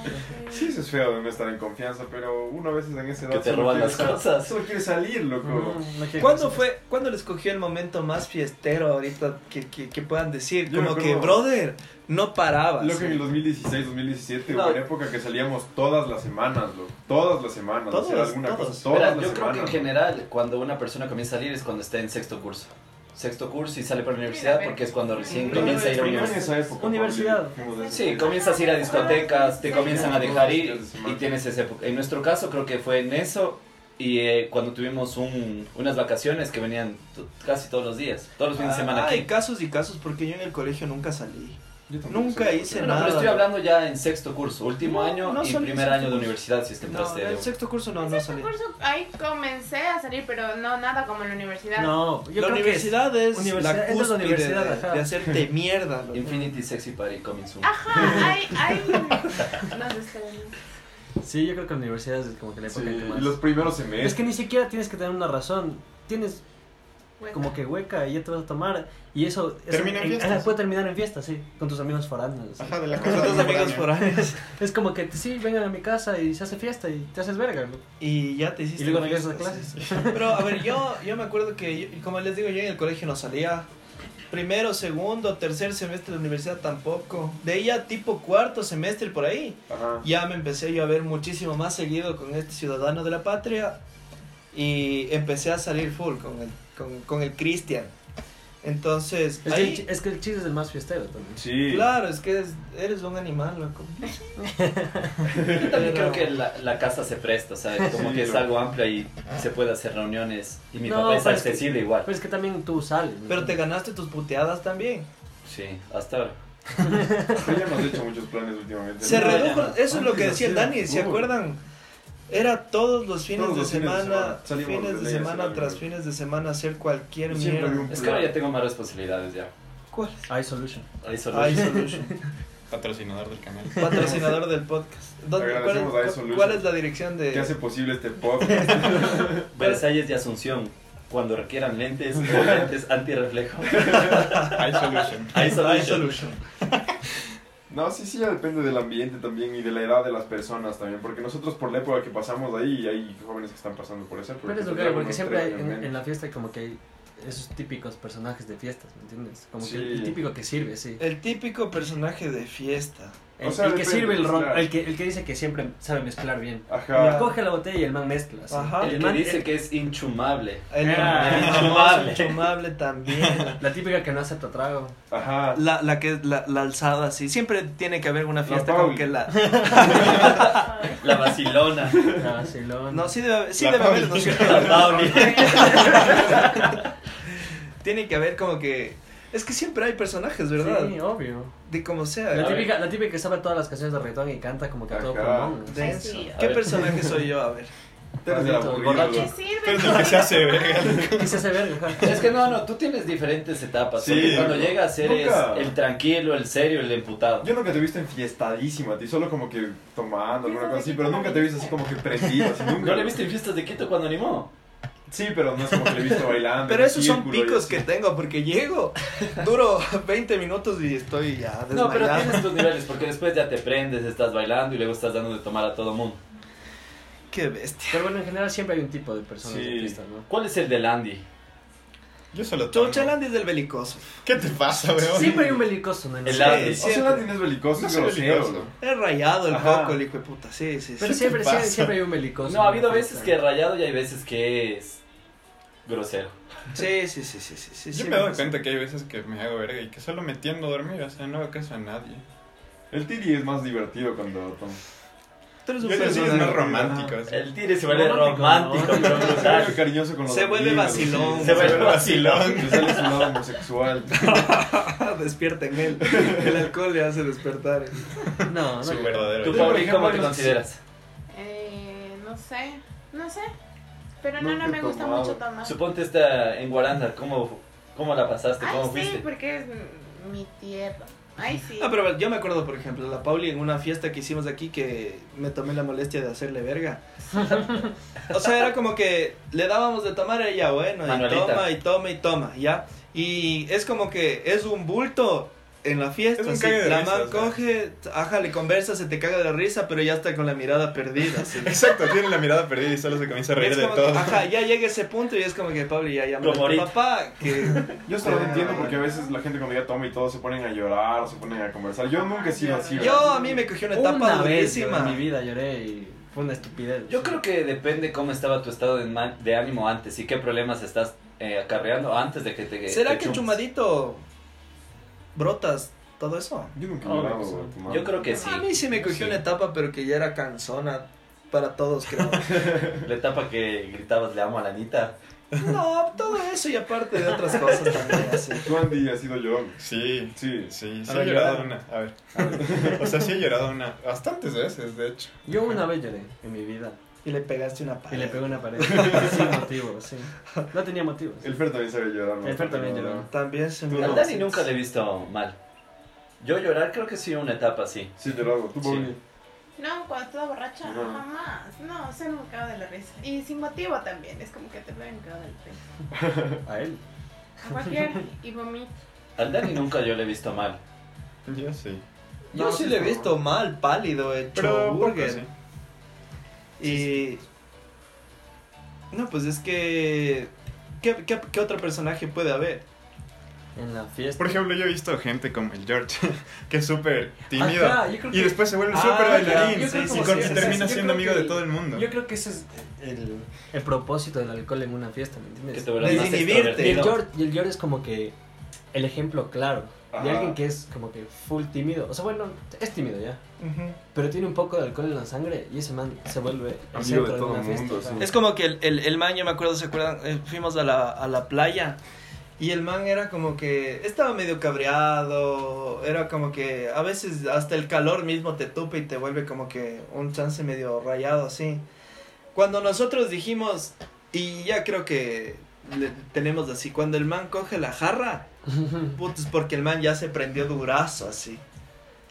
D: Sí, eso es feo de no estar en confianza, pero uno a veces en ese edad
C: Que te
D: solo
C: roban
D: quiere
C: las
D: sa-
C: cosas.
D: Solo quiere salir, loco.
A: ¿Cuándo fue, cuándo les cogió el momento más fiestero ahorita que, que, que puedan decir?
D: Yo me
A: Como que,
D: acuerdo-
A: brother, no parabas.
D: Loco, en el 2016, 2017
C: No.
D: hubo una época que salíamos todas las semanas, loco. Todas las semanas.
A: Todos,
D: hacer alguna
A: todos.
D: cosa. Todas
C: Verás,
D: las
C: yo creo
D: semanas.
C: que en
D: loco.
C: general cuando una persona comienza a salir es cuando está en sexto curso. Sexto curso y sale para la universidad porque es cuando recién
D: Pero
C: comienza a ir a
D: primero
C: universidad.
D: en esa época.
F: Universidad.
D: Pablo, fuimos de ese
C: Sí,
D: tipo.
C: comienzas a ir a discotecas, te
B: Sí,
C: comienzan a
D: no,
C: dejar
D: no,
C: ir
D: sí,
C: y
D: sí.
C: tienes esa época. En nuestro caso creo que fue en eso y eh, cuando tuvimos un- unas vacaciones que venían t- casi todos los días, todos los fines de semana
A: Ah, Hay
C: aquí.
A: casos y casos porque yo en el colegio nunca salí.
D: Yo tampoco
A: Nunca
D: sé.
A: hice
C: No, no,
A: nada.
C: pero estoy hablando ya en sexto curso, último
A: No,
C: año
A: no
C: y
A: solo en
C: primer
A: sexto
C: año de
A: curso.
C: universidad si es que
A: No,
C: entraste. de
A: en
C: un-
A: sexto curso no, no
B: En sexto
A: salí.
B: curso ahí comencé a salir, pero no nada como en la universidad.
F: No, yo
A: la
F: creo
A: universidad es,
F: universidad-
A: la
F: esa es la
A: cúspide
F: universidad,
A: de- de,
F: ajá.
A: hacerte mierda. loco.
C: Infinity Sexy Party coming
A: Ah,
C: soon.
B: Ajá, hay, hay... No sé, está bien.
F: que... Sí, yo creo que la universidad es como que la
D: Sí,
F: época que más...
D: y los primeros semestres.
F: Es que ni siquiera tienes que tener una razón. Tienes
B: Bueno.
F: como que hueca y ya te vas a tomar. Y eso... eso
E: Termina en fiestas.
F: ajá, puede terminar en fiestas, sí. Con tus amigos foráneos.
E: Ajá, de la
A: Con
E: cosa
A: otros amigos
E: contemporánea.
A: foráneos.
F: Es como que, sí, vengan a mi casa y se hace fiesta y te haces verga. ¿no?
A: Y ya te hiciste.
F: Y luego
A: una
F: regresas a
A: fiesta,
F: clases.
A: sí. Pero a ver, yo, yo me acuerdo que, yo- y como les digo, yo en el colegio no salía. Primero, segundo, tercer semestre de la universidad tampoco. De ahí a tipo cuarto semestre por ahí.
D: Ajá.
A: Ya me empecé yo a ver muchísimo más seguido con este ciudadano de la patria y empecé a salir full con el, con, con el Cristian. Entonces,
F: Es, que el,
A: ahí,
F: chi- es que el chiste es el más fiestero también.
D: Sí.
A: claro, es que eres, eres un animal, loco.
C: Yo también creo que la, la casa se presta, o sea, como
D: Sí,
C: que es
D: claro.
C: algo amplio y se puede hacer reuniones y mi
F: No,
C: papá es
F: pero es que- pues-
C: accesible igual.
F: Pero es que también tú sales. ¿no?
A: Pero te ganaste tus puteadas también.
C: Sí, hasta ahora.
D: Pero ya hemos hecho muchos planes últimamente.
A: Se
D: No,
F: re-
A: redujo,
F: ya no.
A: eso es lo que decía el Dani, ¿se
D: Uh.
A: acuerdan? Era todos los fines,
D: Todos los
A: de,
D: fines de
A: semana,
D: semana. Salíamos
A: fines
D: de
A: de
D: ley a
A: semana
D: hacer
A: tras
D: algo.
A: fines de semana hacer cualquier
D: Siempre había
A: mierda.
D: un
C: Es que ahora ya tengo más responsabilidades ya.
A: ¿Cuál?
F: Hay solution.
C: Ahí solo.
A: iSolution,
E: Patrocinador del canal.
A: patrocinador del podcast. ¿Dónde- cuál,
D: Agradecemos a
A: es,
D: iSolution.
A: cuál es la dirección de...?
D: ¿Qué hace posible este podcast?
C: Versalles de Asunción. Cuando requieran lentes o lentes antirreflejo.
E: Hay solution.
C: Ahí solo.
A: iSolution.
D: No, sí, sí, ya depende del ambiente también y de la edad de las personas también. Porque nosotros, por la época que pasamos ahí, hay jóvenes que están pasando por esa.
F: Pero es lo
D: que
F: que hay, porque siempre hay- en, en la fiesta como que hay esos típicos personajes de fiestas, ¿me entiendes? Como
D: Sí.
F: que el, el típico que sirve, sí.
A: El típico personaje de fiesta.
F: El,
D: O sea,
F: el que
D: depende,
F: sirve el ron,
D: claro.
F: el que, el que dice que siempre sabe mezclar bien.
D: Ajá.
A: Ya.
F: Coge la botella y el man mezcla. sí.
A: Ajá.
C: El que
F: man-
C: dice
F: el-
C: que es inchumable.
A: El,
F: Ah,
A: el
C: inchumable.
A: inchumable también.
F: La típica que no acepta trago.
D: Ajá.
A: La, la que la, la alzada así. Siempre tiene que haber una fiesta
D: Pauli.
A: como que la.
B: Ay,
C: La vacilona.
F: Ah, sí, lo-
A: No, sí debe, haber- sí
E: La
A: debe haber,
E: Pauli.
A: ¿no es cierto?
C: La Pauli.
A: tiene que haber como que... Es que siempre hay personajes, ¿verdad? Eh,
F: Sí, obvio.
A: De como sea.
C: ver.
F: La típica, la típica que sabe todas las canciones de reggaetón y canta como que a todo
D: Ajá.
F: pulmón. ¿no?
B: Ay,
A: Denso.
B: sí.
C: A
A: ¿Qué
C: ver.
A: personaje soy yo? A ver.
D: Tú eres el
F: Maldito,
D: aburrido.
F: borracho.
B: ¿Qué sirve?
E: que se hace verga.
F: Que se hace verga. ajá.
C: Es que no, no, tú tienes diferentes etapas.
D: Sí.
C: porque cuando llegas eres
D: Nunca.
C: el tranquilo, el serio, el emputado.
D: Yo nunca te he visto enfiestadísimo a ti, solo como que tomando, alguna
B: Eso
D: cosa
B: sí
D: así, pero
B: que
D: nunca
B: no
D: te he
B: hice.
D: visto así como que prendido, así, nunca.
C: ¿No le viste en fiestas de Quito cuando animó?
D: Sí, pero no es como que le he visto bailando.
A: Pero
D: en
A: esos son
D: círculo y
A: picos
D: así.
A: que tengo porque llego, duro 20 minutos y estoy ya
C: No, pero
A: desmayado.
C: tienes tus niveles, porque después ya te prendes, estás bailando y luego estás dando de tomar a todo mundo.
A: Qué bestia.
F: Pero bueno, en general siempre hay un tipo de personas
D: Sí.
F: de fiesta, ¿no?
C: ¿Cuál es el de Landy?
E: Yo solo tomo.
A: Chuchalandi es del belicoso.
E: ¿Qué te pasa, weón?
F: Siempre hay un belicoso, ¿no? En la
C: El
F: fiesta.
C: Andy.
D: O sea,
A: siempre.
D: Andy no es belicoso,
E: No
D: es
E: soy
D: grosero.
E: belicoso.
A: He rayado el
D: Ajá.
A: poco, el hijo de puta. Sí, sí, sí.
F: Pero siempre,
E: pasa?
F: siempre, siempre hay un belicoso.
C: No, ha habido
F: en la
C: veces
F: fiesta,
C: que he
F: ¿no?
C: rayado y hay veces que es grosero.
A: Sí, sí, sí, sí, sí, sí,
E: Yo
A: sí,
E: me doy
A: sí.
E: cuenta que hay veces que me hago verga y que solo me tiendo a dormir, o sea, no hago caso a nadie.
D: El Tiri es más divertido cuando toma.
A: Tú eres
E: Yo
A: un
E: creo que sí es
A: personaje.
E: más romántico. así.
C: El tire se vuelve
F: Romántico,
C: romántico,
F: ¿no?
C: pero
D: Se vuelve
C: brutal.
D: cariñoso con los
A: Se vuelve
D: amigos,
A: vacilón.
D: sí.
C: Se vuelve
E: vacilón.
D: Le sale su lado homosexual.
A: Despierta en él. El alcohol le hace despertar.
F: No, no.
E: Su
F: yo-
E: verdadero.
C: ¿Tú,
E: yo.
D: por
C: Pauli,
D: ejemplo,
C: cómo te
D: yo-
C: consideras?
B: Eh, no sé, no sé. Pero no,
D: Nunca
B: no
D: he
B: me gusta
D: tomado.
B: mucho tomar.
C: Suponte esta en Guaranda, ¿cómo, cómo la pasaste?
B: Ay,
C: ¿Cómo
B: sí,
C: fuiste?
B: porque es m- mi tierra. Ay, sí.
A: Ah, pero yo me acuerdo, por ejemplo, la Pauli en una fiesta que hicimos aquí que me tomé la molestia de hacerle verga. O sea, era como que le dábamos de tomar a ella, bueno, y
C: Manuelita.
A: toma, y toma, y toma, ¿ya? Y es como que es un bulto en la fiesta.
E: Es un
A: así,
E: cague de
A: la
E: risa,
A: man
E: o sea.
A: coge, ajá, le conversa, se te caga de risa, pero ya está con la mirada perdida, así.
E: Exacto, tiene la mirada perdida y solo se comienza a
A: Y
E: reír
A: es
E: de
A: como que,
E: todo.
A: ajá, ya llega ese punto y es como que Pablo ya llama a
C: Como
A: tu
C: ahorita.
A: papá que
D: Yo solo no
A: Ah.
D: entiendo porque a veces la gente cuando ya toma y todo se ponen a llorar, se ponen a conversar. Yo nunca he sido así.
A: yo
D: ¿verdad?
A: a mí me cogió una etapa
F: Una vez yo
A: durísima.
F: en mi vida lloré y fue una estupidez.
C: Yo creo que depende cómo estaba tu estado de, ma- de ánimo antes y qué problemas estás eh, acarreando antes de que te
A: ¿Será
C: te
A: que
C: chumes.
A: chumadito brotas todo eso?
D: Yo nunca he
F: Ah,
D: llorado,
F: sí.
D: güey, tu madre.
C: Yo creo que Eh, sí.
A: A mí sí me cogió
C: Sí.
A: una etapa, pero que ya era canzona para todos, creo.
C: La etapa que gritabas le amo a la Anita.
A: no, todo eso y aparte de otras cosas también, así.
D: Tú, Andy, has sido llorón.
E: Sí,
D: Sí.
E: sí, sí
A: A
E: he
A: ver,
E: llorado
A: llorar.
E: una. A ver. O sea, sí he llorado una. Bastantes veces, de hecho.
F: Yo una vez lloré en mi vida
A: Y le pegaste una
F: y
A: pared.
F: le pegué una pared. sin motivo, sí. No tenía motivos.
D: El Fer también sabe llorar. ¿no?
F: El Fer también
D: No,
F: lloró.
D: no.
A: También se me...
C: Al Dani nunca le he visto mal. Yo llorar creo que sí una etapa así.
D: Sí, llorado. Tú,
C: Sí.
D: Pauli.
B: No, cuando estaba borracha,
D: No.
B: jamás. No, se me cago de la risa. Y sin motivo también, es como que te veo y me cago de la risa.
F: A él.
B: A cualquiera y vomito.
C: Al Dani nunca yo le he visto mal.
E: Yo sí.
A: Yo
F: No,
A: sí
F: sí,
A: le he
F: no.
A: visto mal, pálido, hecho
E: Pero poco,
A: burger.
E: sí.
A: Y. No, pues es que. ¿Qué, qué, qué otro personaje puede haber?
F: En la fiesta.
E: Por ejemplo, yo he visto gente como el George, que es súper tímido.
F: Ajá, yo creo
E: Y
F: que-
E: después se vuelve
A: Ah,
E: súper
A: ya,
E: bailarín.
A: yo creo
E: y
A: como
E: con-
A: sí,
E: se
A: sí,
E: termina
F: sí, yo
E: siendo
F: creo
E: amigo
F: que-
E: de todo el mundo.
F: Yo creo que ese es el, el propósito del alcohol en una fiesta, ¿me
C: Que
F: entiendes?
C: te vuelvas más
A: Desinhibirte.
F: Y el
C: extrovertido.
F: George, y el George es como que el ejemplo claro de
D: Ajá.
F: alguien que es como que full tímido. O sea, bueno, es tímido ya. Pero tiene un poco de alcohol en la sangre y ese man se vuelve el
D: Amigo
F: centro
D: de
F: de,
D: todo
F: una
D: el
F: fiesta.
D: mundo, sí.
F: ajá.
A: Es como que el, el, el man, yo me acuerdo, ¿se acuerdan? Eh, fuimos a la, a la playa y el man era como que estaba medio cabreado, era como que a veces hasta el calor mismo te tupe y te vuelve como que un chance medio rayado así. Cuando nosotros dijimos, y ya creo que le- tenemos así, cuando el man coge la jarra, Puta, es porque el man ya se prendió durazo así.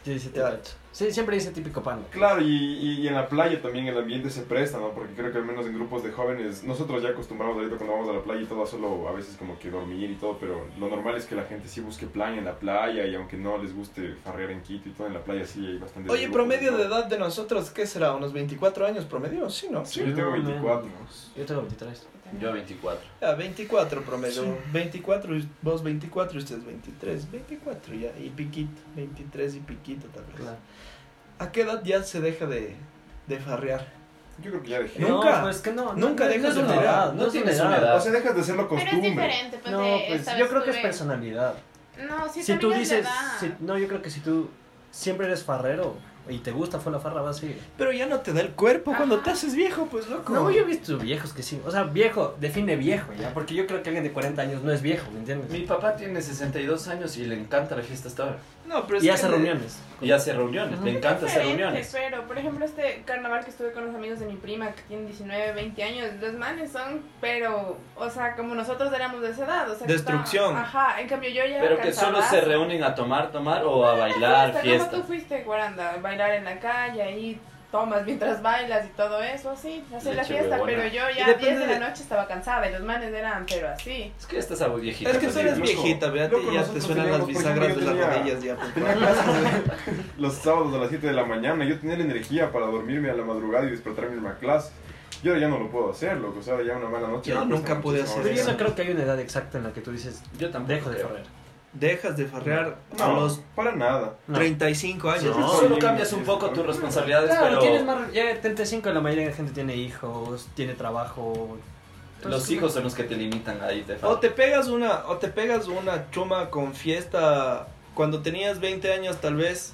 F: Sí, sí, te
A: Ya.
F: cacho. Sí, siempre dice típico pan.
D: Claro, y, y- y en la playa también el ambiente se presta, ¿no? Porque creo que al menos en grupos de jóvenes, nosotros ya acostumbramos ahorita cuando vamos a la playa y todo, a solo a veces como que dormir y todo, pero lo normal es que la gente sí busque plan en la playa y aunque no les guste farrear en Quito y todo, en la playa sí hay bastante.
A: Oye, promedio de edad de nosotros, ¿qué será? ¿Unos 24 años promedio? Sí, ¿no?
D: Sí, yo tengo 24.
F: Yo tengo 23.
C: Yo 24.
A: Ya, 24 promedio. 24, y- vos 24 y ustedes 23. 24 ya, y piquito. 23 y piquito tal vez.
F: Claro.
A: ¿A qué edad ya se deja de, de farrear?
D: Yo creo que ya dejé.
A: Nunca.
F: No, pues que no.
A: Nunca
F: no,
A: dejas
F: no es
A: de
F: una
A: mirar,
F: edad,
C: no
F: es
C: tienes
F: una
C: una
F: edad.
C: edad.
D: O sea, dejas de hacerlo
B: Pero es
D: costumbre.
B: diferente, pues,
F: No,
B: de
F: pues
B: esta
F: yo
B: vez
F: creo que es
B: tuve-
F: personalidad.
B: No, sí,
F: si tú
B: también es
F: dices,
B: verdad.
F: si- no, yo creo que si tú siempre eres farrero, y te gusta fue la farra, vas a ir.
A: Pero ya no te da el cuerpo cuando
B: Ajá.
A: te haces viejo, pues loco.
F: No, yo he visto viejos que sí. O sea, viejo, define viejo, ¿ya? Porque yo creo que alguien de 40 años no es viejo, ¿me entiendes?
C: Mi papá tiene 62 años y le encanta la fiesta hasta ahora.
A: No, pero es
F: Y
A: que
F: hace
A: le-
F: reuniones.
C: Y hace reuniones, le encanta hacer
B: Diferente,
C: reuniones.
B: Pero, por ejemplo, este carnaval que estuve con los amigos de mi prima que tienen 19, 20 años, los manes son, pero, o sea, como nosotros éramos de esa edad, o sea, que
A: Destrucción.
B: estaba- ajá, en cambio yo ya.
C: Pero que solo se reúnen a tomar, tomar o a bailar,
B: Como
C: fiesta.
B: tú fuiste, Guaranda, a bailar en la calle, ahí tomas mientras bailas y todo eso, así, así la
C: Leche
B: fiesta,
C: huevona.
B: pero yo
A: Y
B: ya a
A: depende
B: 10 de la
A: de-
B: noche estaba cansada y los manes eran, pero así.
C: Es que estás a viejita.
A: Es que tú
C: también,
A: eres
C: ¿no?
A: viejita, ¿verdad?
D: Loco,
A: ya te
D: nosotros
A: suenan las
D: teníamos, por ejemplo,
A: bisagras de
D: yo
A: las
D: tenía-
A: rodillas ya. pues.
D: Tenía clases de- los sábados a las 7 de la mañana. Yo tenía la energía para dormirme a la madrugada y despertarme en la clase. Yo ahora ya no lo puedo hacer, loco. O sea, ya una mala noche.
A: Yo
D: me cuesta
A: nunca pude hacer
D: muchísimo
F: Pero
D: ahorita.
F: yo
A: eso.
F: no creo que haya una edad exacta en la que tú dices,
C: Yo tampoco.
F: dejo de
C: creo.
F: correr.
A: Dejas de farrear a
D: No,
A: los
D: para nada.
F: No.
A: 35 años.
F: No.
C: Solo cambias un poco tus responsabilidades,
F: Claro,
C: pero
F: tienes más, ya 35 la mayoría de la gente tiene hijos, tiene trabajo.
B: Pues,
C: los hijos son los que te limitan ahí. Te
A: O
C: falta.
A: te pegas una, o te pegas una chuma con fiesta cuando tenías 20 años tal vez.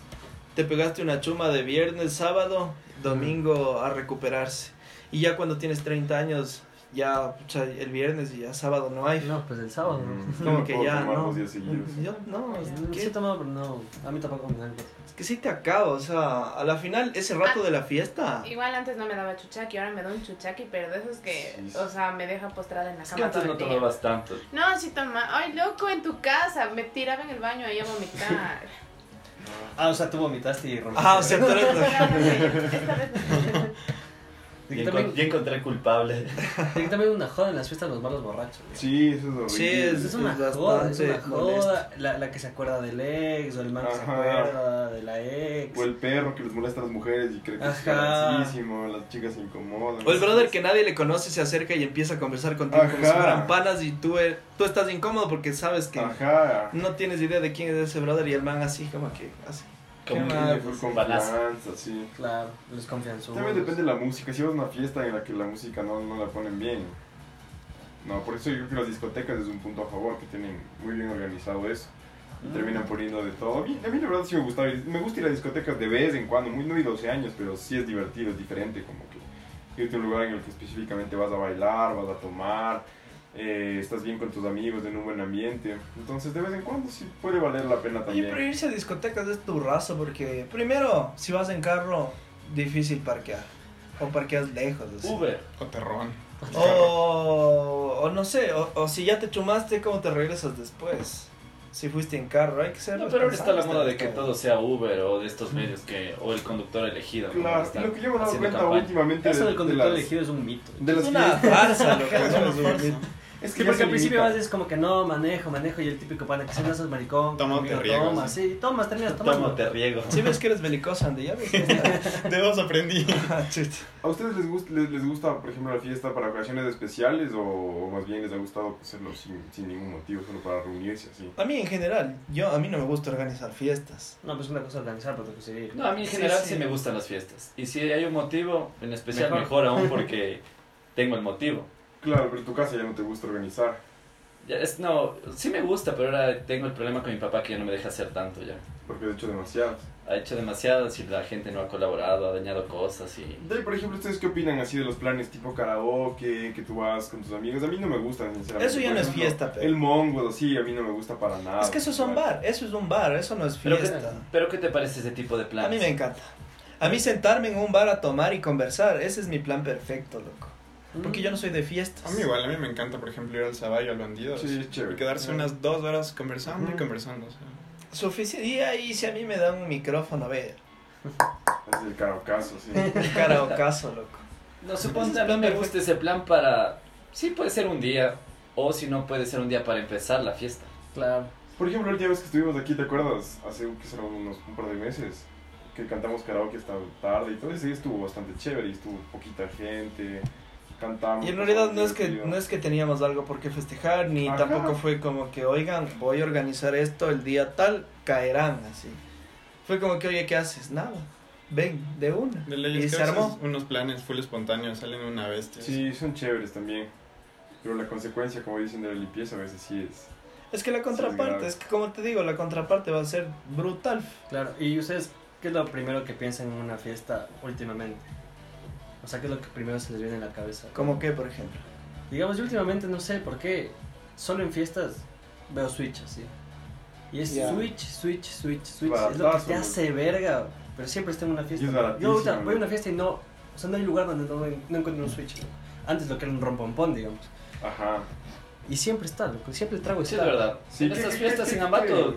A: Te pegaste una chuma de viernes, sábado, domingo a recuperarse. Y ya cuando tienes 30 años, ya pucha, el viernes y ya sábado no hay.
F: No, pues el sábado.
A: Como
D: Mm, yo no
A: que
D: puedo
A: ya,
D: tomar
A: no.
D: dos días seguidos.
A: Yo, no, es
F: Sí
A: que,
F: he tomado, pero no, a mí tampoco me da el gusto.
A: es que sí te acaba, o sea, a la final ese rato de la
C: Ah.
A: fiesta.
B: Igual antes no me daba chuchaqui, ahora me da un chuchaqui, pero de esos que,
D: Sí, sí.
B: o sea, me deja postrada en la
C: Es que
B: cama.
C: antes
B: todo
C: no
B: el día.
C: tomabas tanto.
B: No, sí toma. Ay, loco, en tu casa. Me tiraba en el baño ahí a vomitar.
F: Ah, o sea, tú vomitaste y rompiste.
A: Ah, o sea, tú
B: Pero
A: eres la-
B: no sé, esta vez no.
F: Y
C: Y,
F: que
C: encon-
F: también,
C: y encontré culpable.
F: y que también una joda en las fiestas de los malos borrachos. ¿no?
D: Sí, eso es horrible.
A: Sí, es-
F: Pues Es una
A: bastante
F: joda, es una
A: molesto.
F: joda. La, la que se acuerda del ex, o el man que se
D: Ajá.
F: acuerda de la ex.
D: O el perro que les molesta a las mujeres y cree que es
F: Ajá.
D: gravísimo, las chicas se incomodan.
A: O el brother que nadie le conoce se acerca y empieza a conversar contigo como si
D: Ajá.
A: fueran panas y tú, eh, tú estás incómodo porque sabes que
D: Ajá.
A: no tienes idea de quién es ese brother y el man así como que así.
C: Como
A: Qué
C: que
A: mal.
D: Tiene full
C: un balazo.
D: confianza, sí.
F: Claro, los confianzudos.
D: También depende de la música. Si vas a una fiesta en la que la música no, no la ponen bien. No, por eso yo creo que las discotecas es un punto a favor, que tienen muy bien organizado eso. Y
F: Mm.
D: terminan poniendo de todo. A mí, a mí la verdad sí me gusta. ir- Me gusta ir a discotecas de vez en cuando, muy, no y 12 años, pero sí es divertido, es diferente como que irte a un lugar en el que específicamente vas a bailar, vas a tomar, eh, estás bien con tus amigos, en un buen ambiente. Entonces de vez en cuando sí puede valer la pena
A: Oye,
D: también.
A: pero irse a discotecas es tu raza porque primero, si vas en carro, difícil parquear. O parqueas lejos. así.
C: Uber.
E: O terrón. Oh,
A: O, o no sé, o, o si ya te chumaste, ¿cómo te regresas después? Si fuiste en carro, hay que ser
C: No, pero ahora está la
A: responsables
C: moda de que
A: también.
C: todo sea Uber o de estos medios que. o el conductor elegido. ¿no?
D: Claro,
C: Están
D: y lo que yo me he dado
C: haciendo
D: cuenta
C: campaña.
D: últimamente
F: Eso del conductor
D: las-
F: elegido es un mito.
D: de las
A: Es una
D: fiestas-
A: farsa, loco.
E: Es una farsa.
D: Es
F: Sí,
D: ya
F: porque
D: se
F: al principio
D: limita.
F: vas es como que no, manejo, manejo, y el típico pana que se no sos maricón,
E: Toma,
F: conmigo,
E: te riegas,
F: tomas, sí, tomas, terminas
C: Tomo,
F: tomando.
C: te riego.
A: Si ves que eres belicoso, Andy, ya ves. que está-
E: De vos aprendí.
A: Chuta.
D: ¿A ustedes les gusta, les, les gusta, por ejemplo, la fiesta para ocasiones especiales o, o más bien les ha gustado pues, hacerlo sin, sin ningún motivo, solo para reunirse así?
A: A mí en general, yo a mí no me gusta organizar fiestas.
F: No, pues una cosa organizar, pero otra cosa ir.
C: No, a mí en
A: Sí,
C: general
A: sí.
C: sí, me gustan las fiestas. Y si hay un motivo, en especial
F: Mejor.
C: mejor, aún porque tengo el motivo.
D: Claro, pero en tu casa ya no te gusta organizar.
C: Ya es, no, sí me gusta, pero ahora tengo el problema con mi papá que ya no me deja hacer tanto ya.
D: Porque de hecho demasiadas.
C: Ha hecho demasiadas y la gente no ha colaborado, ha dañado cosas y...
D: De ahí, por ejemplo, ¿ustedes qué opinan así de los planes tipo karaoke, que tú vas con tus amigos? A mí no me gustan, sinceramente.
A: Eso ya
D: Por
A: no es
D: ejemplo,
A: fiesta, pero-
D: El mongo, sí, a mí no me gusta para nada.
A: es que eso es un
D: Igual.
A: bar, eso es un bar, eso no es
C: Pero ¿qué,
A: fiesta.
C: pero ¿qué te parece ese tipo de planes?
A: A mí me encanta. A mí sentarme en un bar a tomar y conversar, ese es mi plan perfecto, loco. Porque yo no soy de fiestas.
E: A mí igual, a mí me encanta, por ejemplo, ir al Sabayo, al Bandido.
D: Sí,
E: así,
D: es chévere.
E: Y quedarse unas dos horas conversando y
D: Ujú.
E: conversando. o sea.
A: Sufici- y ahí si a mí me dan un micrófono, a ver,
D: Es el karaokazo, sí.
A: cara o caso, loco.
C: No, supongo que a mí me gusta ese plan para... Sí, puede ser un día, o si no, puede ser un día para empezar la fiesta.
F: Claro.
D: Por ejemplo, la última vez que estuvimos aquí, ¿te acuerdas? Hace que será unos un par de meses que cantamos karaoke hasta tarde y todo eso y estuvo bastante chévere y estuvo poquita gente, cantamos.
A: Y en realidad no es que
D: divertido.
A: no es que teníamos algo por qué festejar, ni
D: Ajá.
A: tampoco fue como que, oigan, voy a organizar esto el día tal, caerán así. Fue como que, oye, ¿qué haces? Nada. Ven, de una.
E: De
A: y
E: leyes que
A: se
E: a veces
A: armó.
E: unos planes full espontáneos, salen una bestia.
D: Sí, son chéveres también. Pero la consecuencia, como dicen, de la limpieza a veces sí es.
A: Es que la
D: Sí,
A: contraparte,
D: claro.
A: es que como te digo, la contraparte va a ser brutal.
F: Claro, y ustedes ¿qué es lo primero que piensan en una fiesta últimamente? O sea, ¿qué es lo que primero se les viene a la cabeza?
A: ¿Cómo qué, por ejemplo?
F: Digamos, yo últimamente no sé por qué, solo en fiestas veo Switch así. Y es
A: Ya.
F: Switch, Switch, Switch, Switch. es lo que
D: Baratazo,
F: te hace verga. Pero siempre está en una
D: Y es
F: fiesta.
D: baratísimo,
F: Yo ahorita voy a
D: ¿no?
F: una fiesta y no. O sea, no hay lugar donde no, no encuentro un Switch. loco. Antes lo que era un rompompón, digamos.
D: Ajá.
F: Y siempre está, loco. Siempre el trago
C: Sí,
F: está.
C: es verdad.
D: Sí,
C: en
D: ¿qué-
C: estas
D: qué-
C: fiestas
D: qué-
C: en Ambato, lo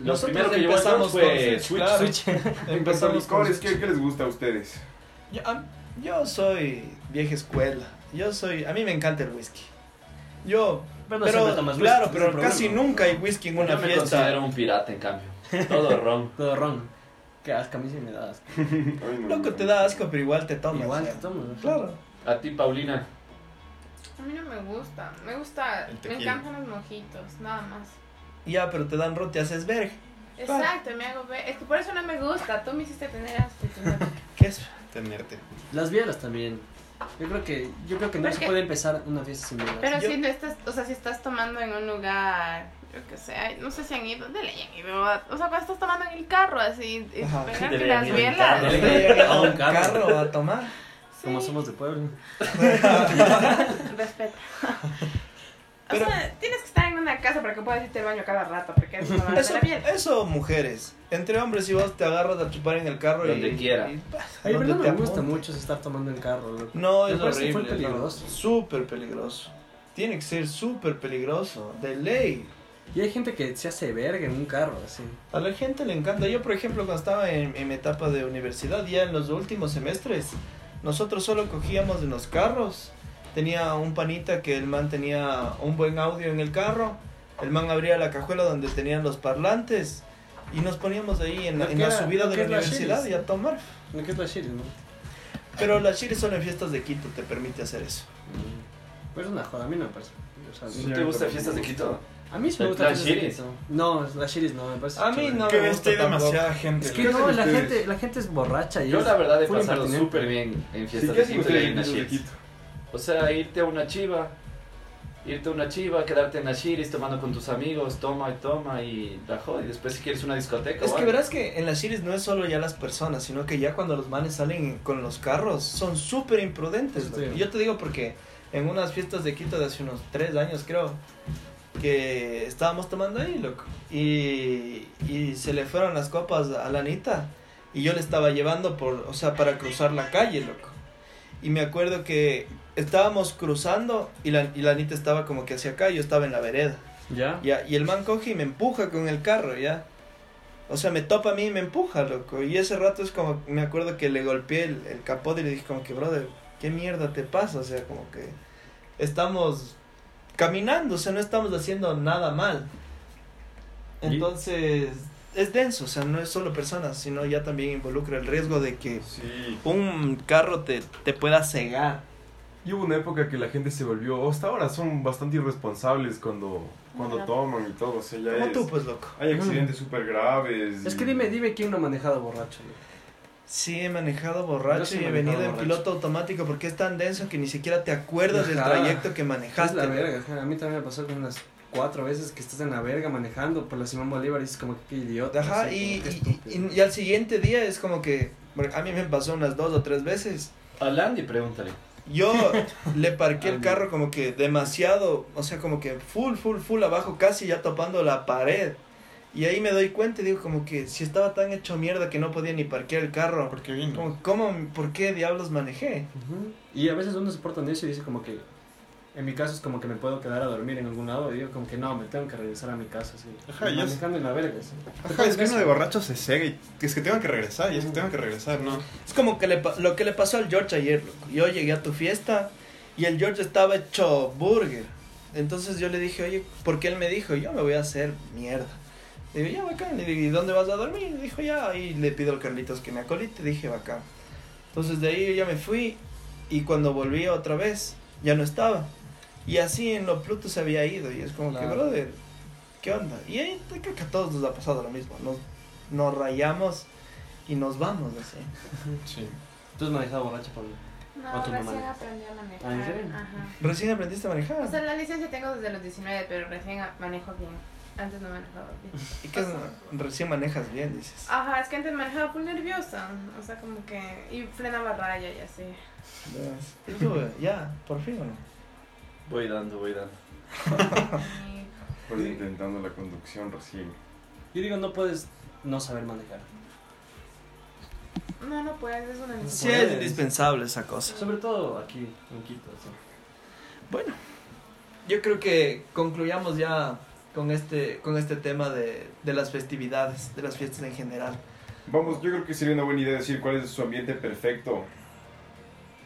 A: Nosotros
C: primero que llevó el
A: empezamos
C: George fue
A: con Switch,
C: Switch.
A: claro.
D: En
F: Switch.
D: cuanto a
A: Empezamos con
D: licores,
A: Switch.
D: ¿qué, qué les gusta a ustedes?
A: Yo, a- yo soy vieja escuela. Yo soy. A mí me encanta el whisky. Yo.
F: Pero
A: Pero,
F: no se nota más
A: claro,
F: whisky, es
A: pero
F: un
A: casi
F: problema.
A: nunca hay whisky en una
C: yo me
A: fiesta.
C: considero un pirata, en cambio. Todo ron.
F: Todo ron. Qué asco, a mí sí me da asco.
D: Ay, no,
A: Loco,
D: no.
A: te da asco, pero igual te tomas.
F: Igual
A: ya.
F: que tomo. ¿no?
A: Claro.
C: A ti, Paulina.
B: A mí no me gusta. Me gusta,
E: El
B: me
E: tequila.
B: encantan los mojitos, nada más.
A: Ya, pero te dan ron, te haces verga.
B: Exacto, me hago ver. Es que por eso no me gusta. Tú me hiciste tener asco.
A: ¿Qué es?
E: Tenerte.
F: Las bielas también. Yo creo que, yo creo que no
B: Pero
F: se
B: que-
F: puede empezar una fiesta sin bielas.
B: Pero
A: Yo-
B: si no estás, o sea, si estás tomando en un lugar, yo que sé, ay, no sé si han ido, dele ya han ido. a- O sea, cuando estás tomando en el carro así, y
A: Ajá.
B: pegarte
C: Dele,
B: las
C: ya han ido en
B: bielas.
C: carro.
A: Te
C: Dele.
A: llega
F: A
A: a
F: un
A: un
F: carro.
A: carro a tomar.
F: Como
B: Sí.
F: somos de pueblo.
B: Respeta.
A: Pero-
B: o sea, tienes que estar en una casa para que puedas irte al baño cada rato, porque eso no va a
A: Eso,
B: estar bien.
A: eso, mujeres. Entre hombres y vos te agarras a chupar en el carro
C: Donde
A: y.
C: quiera.
A: y- pues,
F: A mí
A: donde
F: no
A: te
F: me gusta
A: apunte.
F: mucho es estar tomando en carro. loco.
A: No,
F: Me
A: es
F: parece
A: horrible.
F: full
A: loco.
F: peligroso.
A: Súper peligroso. Tiene que ser súper peligroso. De ley.
F: Y hay gente que se hace verga en un carro, así.
A: A la gente le encanta. Yo, por ejemplo, cuando estaba en, en mi etapa de universidad, ya en los últimos semestres, nosotros solo cogíamos de los carros. Tenía un panita que el man tenía un buen audio en el carro. El man abría la cajuela donde tenían los parlantes. Y nos poníamos ahí en, la-
F: Lo
A: en
F: que
A: la
F: era-
A: subida
F: lo
A: de la
F: que es la Shiris.
A: universidad y a tomar.
F: Lo que es la shiri, ¿no?
A: Pero las chiles solo en fiestas de Quito te permite hacer eso.
F: Pero es una joda, a mí no me parece. O sea,
D: Sí,
C: ¿No
D: a
C: te
D: mí
C: gustan
D: tampoco
C: fiestas
D: me
C: de Quito?
F: A mí sí me
C: ¿La-
F: gusta
C: la
F: las shiris.
C: shiris?
F: No, las shiris no, me parece.
A: A mí
F: chévere.
A: no
E: que
A: me gusta
E: hay
A: tampoco.
E: demasiada gente.
F: Es que
D: hacen
F: no, la
D: ustedes?
F: gente, la gente es borracha. Y
C: Yo,
F: es
C: la verdad, he
F: full
C: pasado
F: impertinente.
C: súper bien en
D: Sí,
C: fiestas
D: ¿Qué
C: de Quito
D: hacen
C: y
D: ustedes en
C: en las
D: fiestas de
C: Shiris.
D: Quito?
C: O sea, irte a una chiva, irte a una chiva, quedarte en las Shiris tomando con tus amigos, toma y toma y la joda. Y después, si quieres una discoteca,
A: Es
C: o
A: que
C: algo.
A: verás que en las series no es solo ya las personas, sino que ya cuando los manes salen con los carros son súper imprudentes.
F: Eso
A: loco.
F: sí.
A: Y Yo te digo porque en unas fiestas de Quito de hace unos tres años creo que estábamos tomando ahí, loco. Y, y se le fueron las copas a la Anita y yo le estaba llevando por, o sea, para cruzar la calle, loco. Y me acuerdo que estábamos cruzando y la, y la Anita estaba como que hacia acá y yo estaba en la vereda.
F: ¿Ya?
A: Ya, y el man coge y me empuja con el carro, ya. O sea, me topa a mí y me empuja, loco. Y ese rato es como, me acuerdo que le golpeé el, el capote y le dije como que, brother, ¿qué mierda te pasa? O sea, como que estamos caminando, o sea, no estamos haciendo nada mal.
F: ¿Y?
A: Entonces, es denso, o sea, no es solo personas, sino ya también involucra el riesgo de que
D: Sí.
A: un carro te, te pueda cegar.
D: Y hubo una época que la gente se volvió, o hasta ahora son bastante irresponsables cuando, cuando
B: Ajá.
D: toman y todo, o sea, ya
A: Como
D: es-
A: tú, pues, loco.
D: Hay accidentes súper graves.
F: Es
D: y-
F: que dime, dime quién no ha manejado borracho. loco.
A: Sí, he manejado
F: Yo
A: borracho
F: sí he
A: y he
F: manejado
A: venido en
F: borracho.
A: piloto automático porque es tan denso que ni siquiera te acuerdas del
F: Ajá.
A: trayecto que
F: Es
A: manejaste.
F: la verga, ajá. a mí también me pasó como unas cuatro veces que estás en la verga manejando por la Simón Bolívar y es como que qué idiota.
A: Ajá,
F: así,
A: y,
F: como que
A: y,
F: estúpido.
A: y- y al siguiente día es como que bueno, a mí me pasó unas dos o tres veces.
C: A Landy, pregúntale.
A: Yo le parqué el carro como que demasiado, o sea, como que full, full, full abajo, casi ya topando la pared. Y ahí me doy cuenta y digo como que si estaba tan hecho mierda que no podía ni parquear el carro.
E: Porque vino.
A: Como, ¿Cómo, por qué diablos manejé?
F: Ujú. Y a veces uno se porta necio y dice como que, en mi caso es como que me puedo quedar a dormir en algún lado y digo como que no, me tengo que regresar a mi casa, así.
E: Ajá, y es-
F: manejando en la verga, así.
E: Ajá, es que uno de borracho se cega y es que tengo que regresar, y es que tengo que regresar, ¿no?
A: Es como que le pa- lo que le pasó al George ayer, loco. Yo llegué a tu fiesta y el George estaba hecho burger. Entonces yo le dije, oye, porque él me dijo, yo me voy a hacer mierda. Le digo, ya, bacán. Le digo, ¿y dónde vas a dormir? Y dijo, ya. Y le pido al Carlitos que me acolite. Dije, bacán. Entonces de ahí yo ya me fui y cuando volví otra vez, ya no estaba. Y así en lo Pluto se había ido y es como
F: Claro.
A: que, brother, ¿qué onda? Y ahí creo que a todos nos ha pasado lo mismo. Nos, nos rayamos y nos vamos, así.
E: Sí.
F: Tú has manejado borracho, Pablo.
B: No,
F: ¿O tú no
B: recién
F: manejas?
B: aprendí a manejar.
F: Ah, ¿en serio?
B: Ajá.
A: ¿Recién aprendiste a manejar?
B: O sea, la licencia tengo desde los 19, pero recién a- manejo bien. Antes no manejaba bien.
A: Y que recién manejas bien, dices.
B: Ajá, es que antes manejaba full nerviosa. O sea, como que. Y frenaba raya y así.
A: Ves. Y tú, eh, ya, por fin, ¿o no?
C: Voy dando, voy dando.
B: Y-
D: Pues intentando la conducción recién.
F: Yo digo, no puedes no saber manejar.
B: No, no puedes, es una
A: Sí,
B: necesidad.
A: es indispensable esa cosa.
F: Sobre todo aquí, en Quito. así.
A: Bueno, yo creo que concluyamos ya con este, con este tema de, de las festividades, de las fiestas en general.
D: Vamos, yo creo que sería una buena idea decir cuál es su ambiente perfecto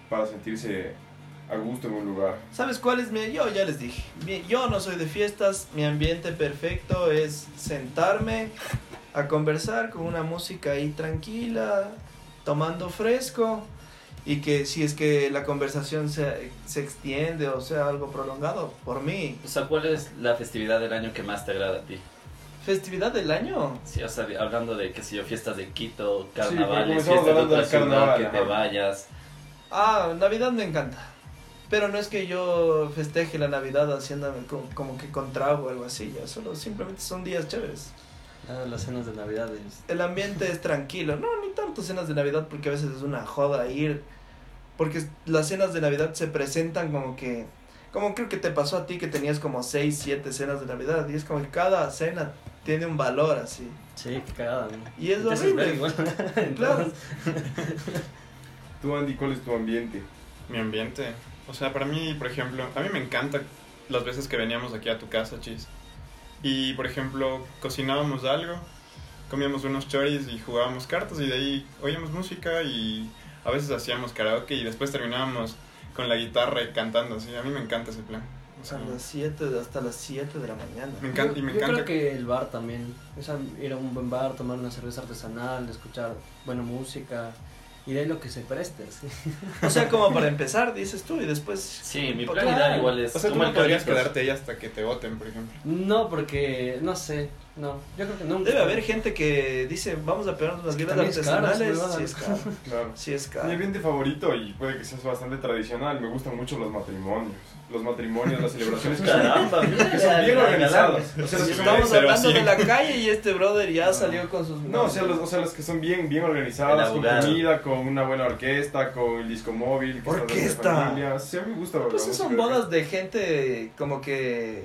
D: para sentirse a gusto en un lugar.
A: ¿Sabes cuál es mi...? Yo ya les dije. Mi- yo no soy de fiestas, mi ambiente perfecto es sentarme a conversar con una música ahí tranquila, tomando fresco y que si es que la conversación se, se extiende o sea algo prolongado, por mí.
C: O sea, ¿cuál es la festividad del año que más te agrada a ti?
A: ¿Festividad del año?
C: Sí, o sea, de- hablando de, qué sé yo, fiestas de Quito,
D: pero
C: carnavales,
D: comenzamos
C: fiestas de
D: hablando
C: otra
D: del
C: ciudad,
D: carnaval,
C: que te
D: ajá.
C: vayas.
A: Ah, Navidad me encanta. Pero no es que yo festeje la Navidad haciéndome co- como, que con trago o algo así, ya solo simplemente son días chéveres.
F: Ah, las cenas de Navidad. es-
A: El ambiente es tranquilo, no, ni tanto cenas de Navidad porque a veces es una joda ir. Porque es- las cenas de Navidad se presentan como que, como creo que te pasó a ti que tenías como 6, 7 cenas de Navidad y es como que cada cena tiene un valor así.
F: Sí, qué cagada, ¿no?
A: Y es
F: Te haces
A: horrible.
F: ver igual.
A: Claro.
D: Tú, Andy, ¿cuál es tu ambiente?
E: Mi ambiente. O sea, para mí, por ejemplo, a mí me encanta las veces que veníamos aquí a tu casa, chis. Y, por ejemplo, cocinábamos algo, comíamos unos choris y jugábamos cartas y de ahí oíamos música y a veces hacíamos karaoke y después terminábamos con la guitarra y cantando así. A mí me encanta ese plan. O sea,
A: Hasta las 7, hasta las 7 de la mañana.
E: me encanta y me
F: Yo- yo
E: encanta.
F: creo que el bar también. O sea, ir a un buen bar, tomar una cerveza artesanal, escuchar buena música. Y de ahí lo que se preste, sí.
A: O sea, como para empezar, dices tú, y después
C: Sí, mi
A: Pues Claro.
C: plan ideal igual es
E: O sea, tú
C: como
E: no
C: el
E: podrías
C: Carlitos.
E: quedarte ahí hasta que te voten, por ejemplo.
F: No, porque, no sé, no. Yo creo que nunca.
A: Debe haber gente que dice, vamos a pegarnos las vibras
F: también es caro,
A: artesanales.
F: es
A: Sí es caro.
D: Claro.
A: Sí es
D: Mi
A: caro.
D: ambiente favorito, y puede que seas bastante tradicional, me gustan mucho los matrimonios. Los matrimonios, las celebraciones.
C: Caramba, mira,
D: que son bien
C: la- la-
D: organizadas. O sea, las
A: Y
D: que son-
A: Pues Estamos
E: pero
A: hablando
E: sí.
A: de la calle y este brother
C: Ah.
A: ya salió con sus...
D: No, o sea, los, o sea, las que son bien, bien organizadas, con
C: Elaborado.
D: comida, con una buena orquesta, con el disco móvil. que está de
A: Orquesta.
D: familia. Sí, a mí me gusta. la
A: Pues sí
D: música
A: son
D: de acá.
A: bodas de gente como que...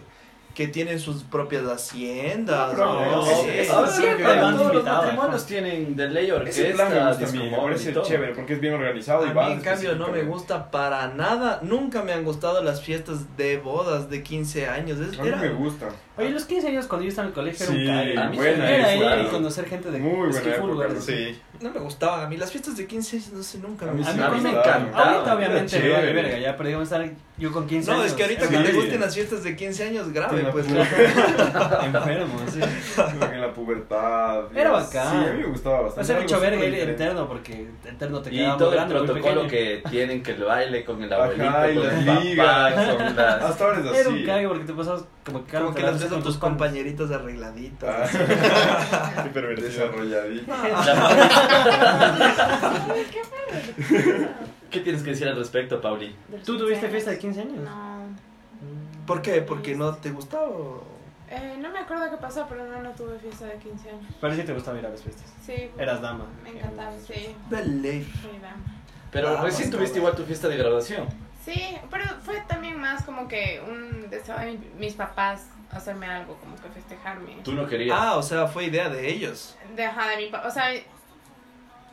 A: Que tienen sus propias haciendas.
D: No,
A: ¿no?
D: no,
A: Sí,
D: es- es-
A: ahora
D: es-
A: sí,
D: es-
A: pero
D: es-
A: todos los
C: todos los
A: matrimonios-
C: matrimonios tienen de ley
D: Ese plan me
C: orquesta,
D: gusta a mí, me
C: disco móvil y
D: parece
C: todo.
D: chévere porque es bien organizado y
A: A
D: vas
A: mí, en cambio, no me
D: específicamente.
A: gusta para nada. Nunca me han gustado las fiestas de bodas de 15 años. Es-
D: A mí
A: era-
D: me gusta.
F: Oye, los 15 años cuando yo estaba en el colegio
D: Sí,
F: era un cague.
C: a mí
D: buena
F: Era ahí
D: época.
F: conocer gente de
D: Muy
F: es
D: buena
F: que full
D: época,
F: lugares.
E: Sí,
A: No me gustaban. A mí las fiestas de 15 años, no sé, nunca
D: A
A: me
D: mí sí
F: A
A: gustaron.
F: mí,
C: A mí
F: me
C: me
F: encantaba.
C: encantaba.
F: Ahorita obviamente me vale
D: Chévere.
F: verga ya, pero digamos estar yo con 15
A: No,
F: años.
A: es que ahorita que
D: Sí.
A: te gusten las fiestas de 15 años, grave,
D: Con la
A: pues.
D: pura-
F: enfermo, sí.
D: Como que en la pubertad.
F: Era
D: y-
F: bacán.
D: Sí, a mí me gustaba bastante.
F: Hace
D: Era
F: mucho
D: algo
F: verga
D: súper
F: ir
D: diferente.
F: eterno porque eterno te quedaba
C: Y
F: muy
C: todo el
F: grande, muy
C: protocolo
F: pequeño.
C: que tienen que el baile con el
D: Ajá,
C: abuelito,
D: y
C: con
D: las
C: el papá,
D: ligas.
C: con las...
D: Hasta ahora es así.
F: Era un cague porque te pasabas como que cada
A: Como que
F: rato
A: las ves a
F: con
A: tus
F: compas.
A: compañeritos arregladitos.
D: Ah,
A: así.
E: qué pervertido.
D: Desarrolladito.
B: Ay, qué feo.
C: ¿Qué tienes que decir al respecto, Pauli?
B: De los
F: ¿Tú tuviste
B: 15
F: fiesta de 15 años? Mm.
B: No.
A: ¿Por qué? ¿Porque no te gustaba? o-
B: Eh, no me acuerdo qué pasó, pero no, no tuve fiesta de 15 años.
F: Parece que te gustaba ir a las fiestas.
B: Sí.
F: Eras dama.
B: Me encantaba, sí.
A: De ley.
B: Fui dama.
C: Pero
A: Ah,
C: recién
A: bastante.
C: tuviste igual tu fiesta de graduación.
B: Sí, pero fue también más como que un deseo de mis papás hacerme algo, como que festejarme.
C: Tú no querías.
A: Ah, o sea, fue idea de ellos.
B: De, ajá, de mi papá. O sea,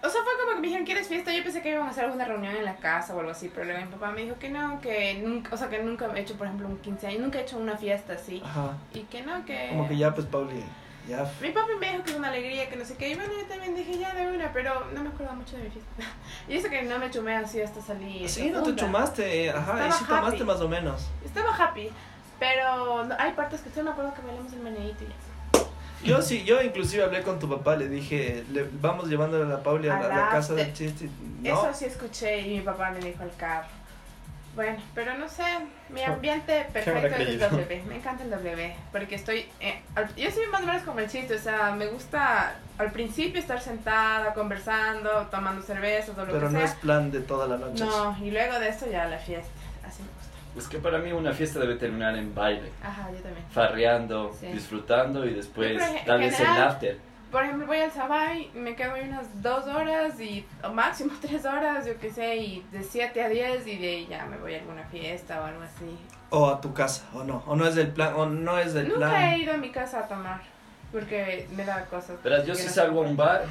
B: o sea, fue como que me dijeron, ¿quieres fiesta? Yo pensé que iban a hacer alguna reunión en la casa o algo así, pero luego mi papá me dijo que no, que nunca, o sea, que nunca he hecho, por ejemplo, un 15 años, nunca he hecho una fiesta así.
A: Ajá.
B: Y que no, que...
A: Como que ya, pues, Pauli, ya.
B: Mi papi me dijo que es una alegría, que no sé qué. Y bueno, yo también dije, ya de una, pero no me acuerdo mucho de mi fiesta. Y eso que no me chumé así hasta salir.
A: Sí, no te chumaste. Ajá, y
B: Estaba
A: sí tomaste
B: happy.
A: más o menos.
B: Estaba happy, pero no- hay partes que estoy me acuerdo que bailamos el meneíto y ya.
A: Yo sí, yo inclusive hablé con tu papá, le dije, le- vamos llevándole a la Pauli a la, la casa del chiste. No,
B: Eso sí escuché y mi papá me dijo el carro. Bueno, pero no sé, mi ambiente perfecto es el
E: creído?
B: W. Me encanta el W, porque estoy... eh, al- yo soy más o menos como el chiste, o sea, me gusta al principio estar sentada, conversando, tomando cervezas o lo
A: pero
B: que
A: no
B: sea.
A: es plan de toda la noche.
B: No, y luego de esto ya la fiesta. Así me gusta.
C: Es que para mí una fiesta debe terminar en baile,
B: Ajá, yo también.
C: farreando,
B: Sí.
C: disfrutando y después
B: Sí, pero en
C: tal vez el
B: general-
C: after.
B: Por ejemplo, voy al Sabay, me quedo ahí unas dos horas y o máximo tres horas, yo qué sé, y de 7 a 10 y de ahí ya me voy a alguna fiesta o algo así.
A: O a tu casa, o no. O no es del plan, o no es del
B: Nunca he
A: plan.
B: ido a mi casa a tomar porque me da cosas.
C: Pero yo
B: que
C: si
B: no-
C: salgo a un bar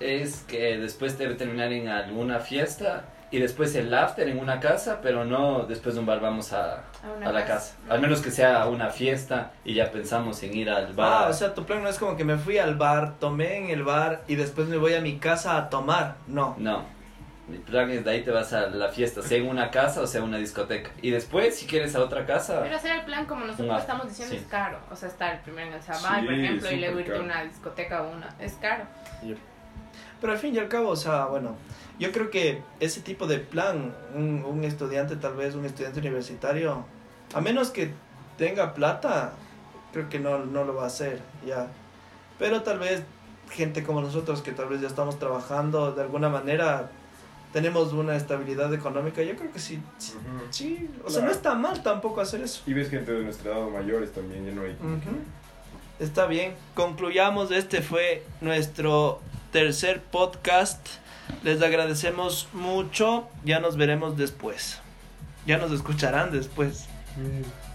C: es que después debe terminar en alguna fiesta y después el after en una casa, pero no después de un bar vamos a,
B: una
C: a la casa. Al menos que sea una fiesta y ya pensamos en ir al bar.
A: Ah, o sea, tu plan no es como que me fui al bar, tomé en el bar y después me voy a mi casa a tomar. No.
C: No. Mi plan es de ahí te vas a la fiesta, sea en una casa o sea en una discoteca. Y después, si quieres, a otra casa.
B: Pero hacer el plan como nosotros
C: No,
B: estamos diciendo
C: sí.
B: es caro. O sea, estar primero en el Sabay,
D: Sí,
B: por ejemplo, y luego
D: súper
B: irte a
D: caro.
B: una discoteca o una. Es caro.
A: Pero al fin y al cabo, o sea, bueno, yo creo que ese tipo de plan, un, un estudiante tal vez, un estudiante universitario, a menos que tenga plata, creo que no, no lo va a hacer, ya. Pero tal vez gente como nosotros que tal vez ya estamos trabajando de alguna manera, tenemos una estabilidad económica, yo creo que sí, sí,
D: Ujú.
A: sí, o sea, no
D: Claro.
A: está mal tampoco hacer eso.
D: Y ves gente de nuestra edad o mayores también, ya no hay.
A: Ujú. Está bien, concluyamos. Este fue nuestro tercer podcast. Les agradecemos mucho. Ya nos veremos después. Ya nos escucharán después.
E: Mm.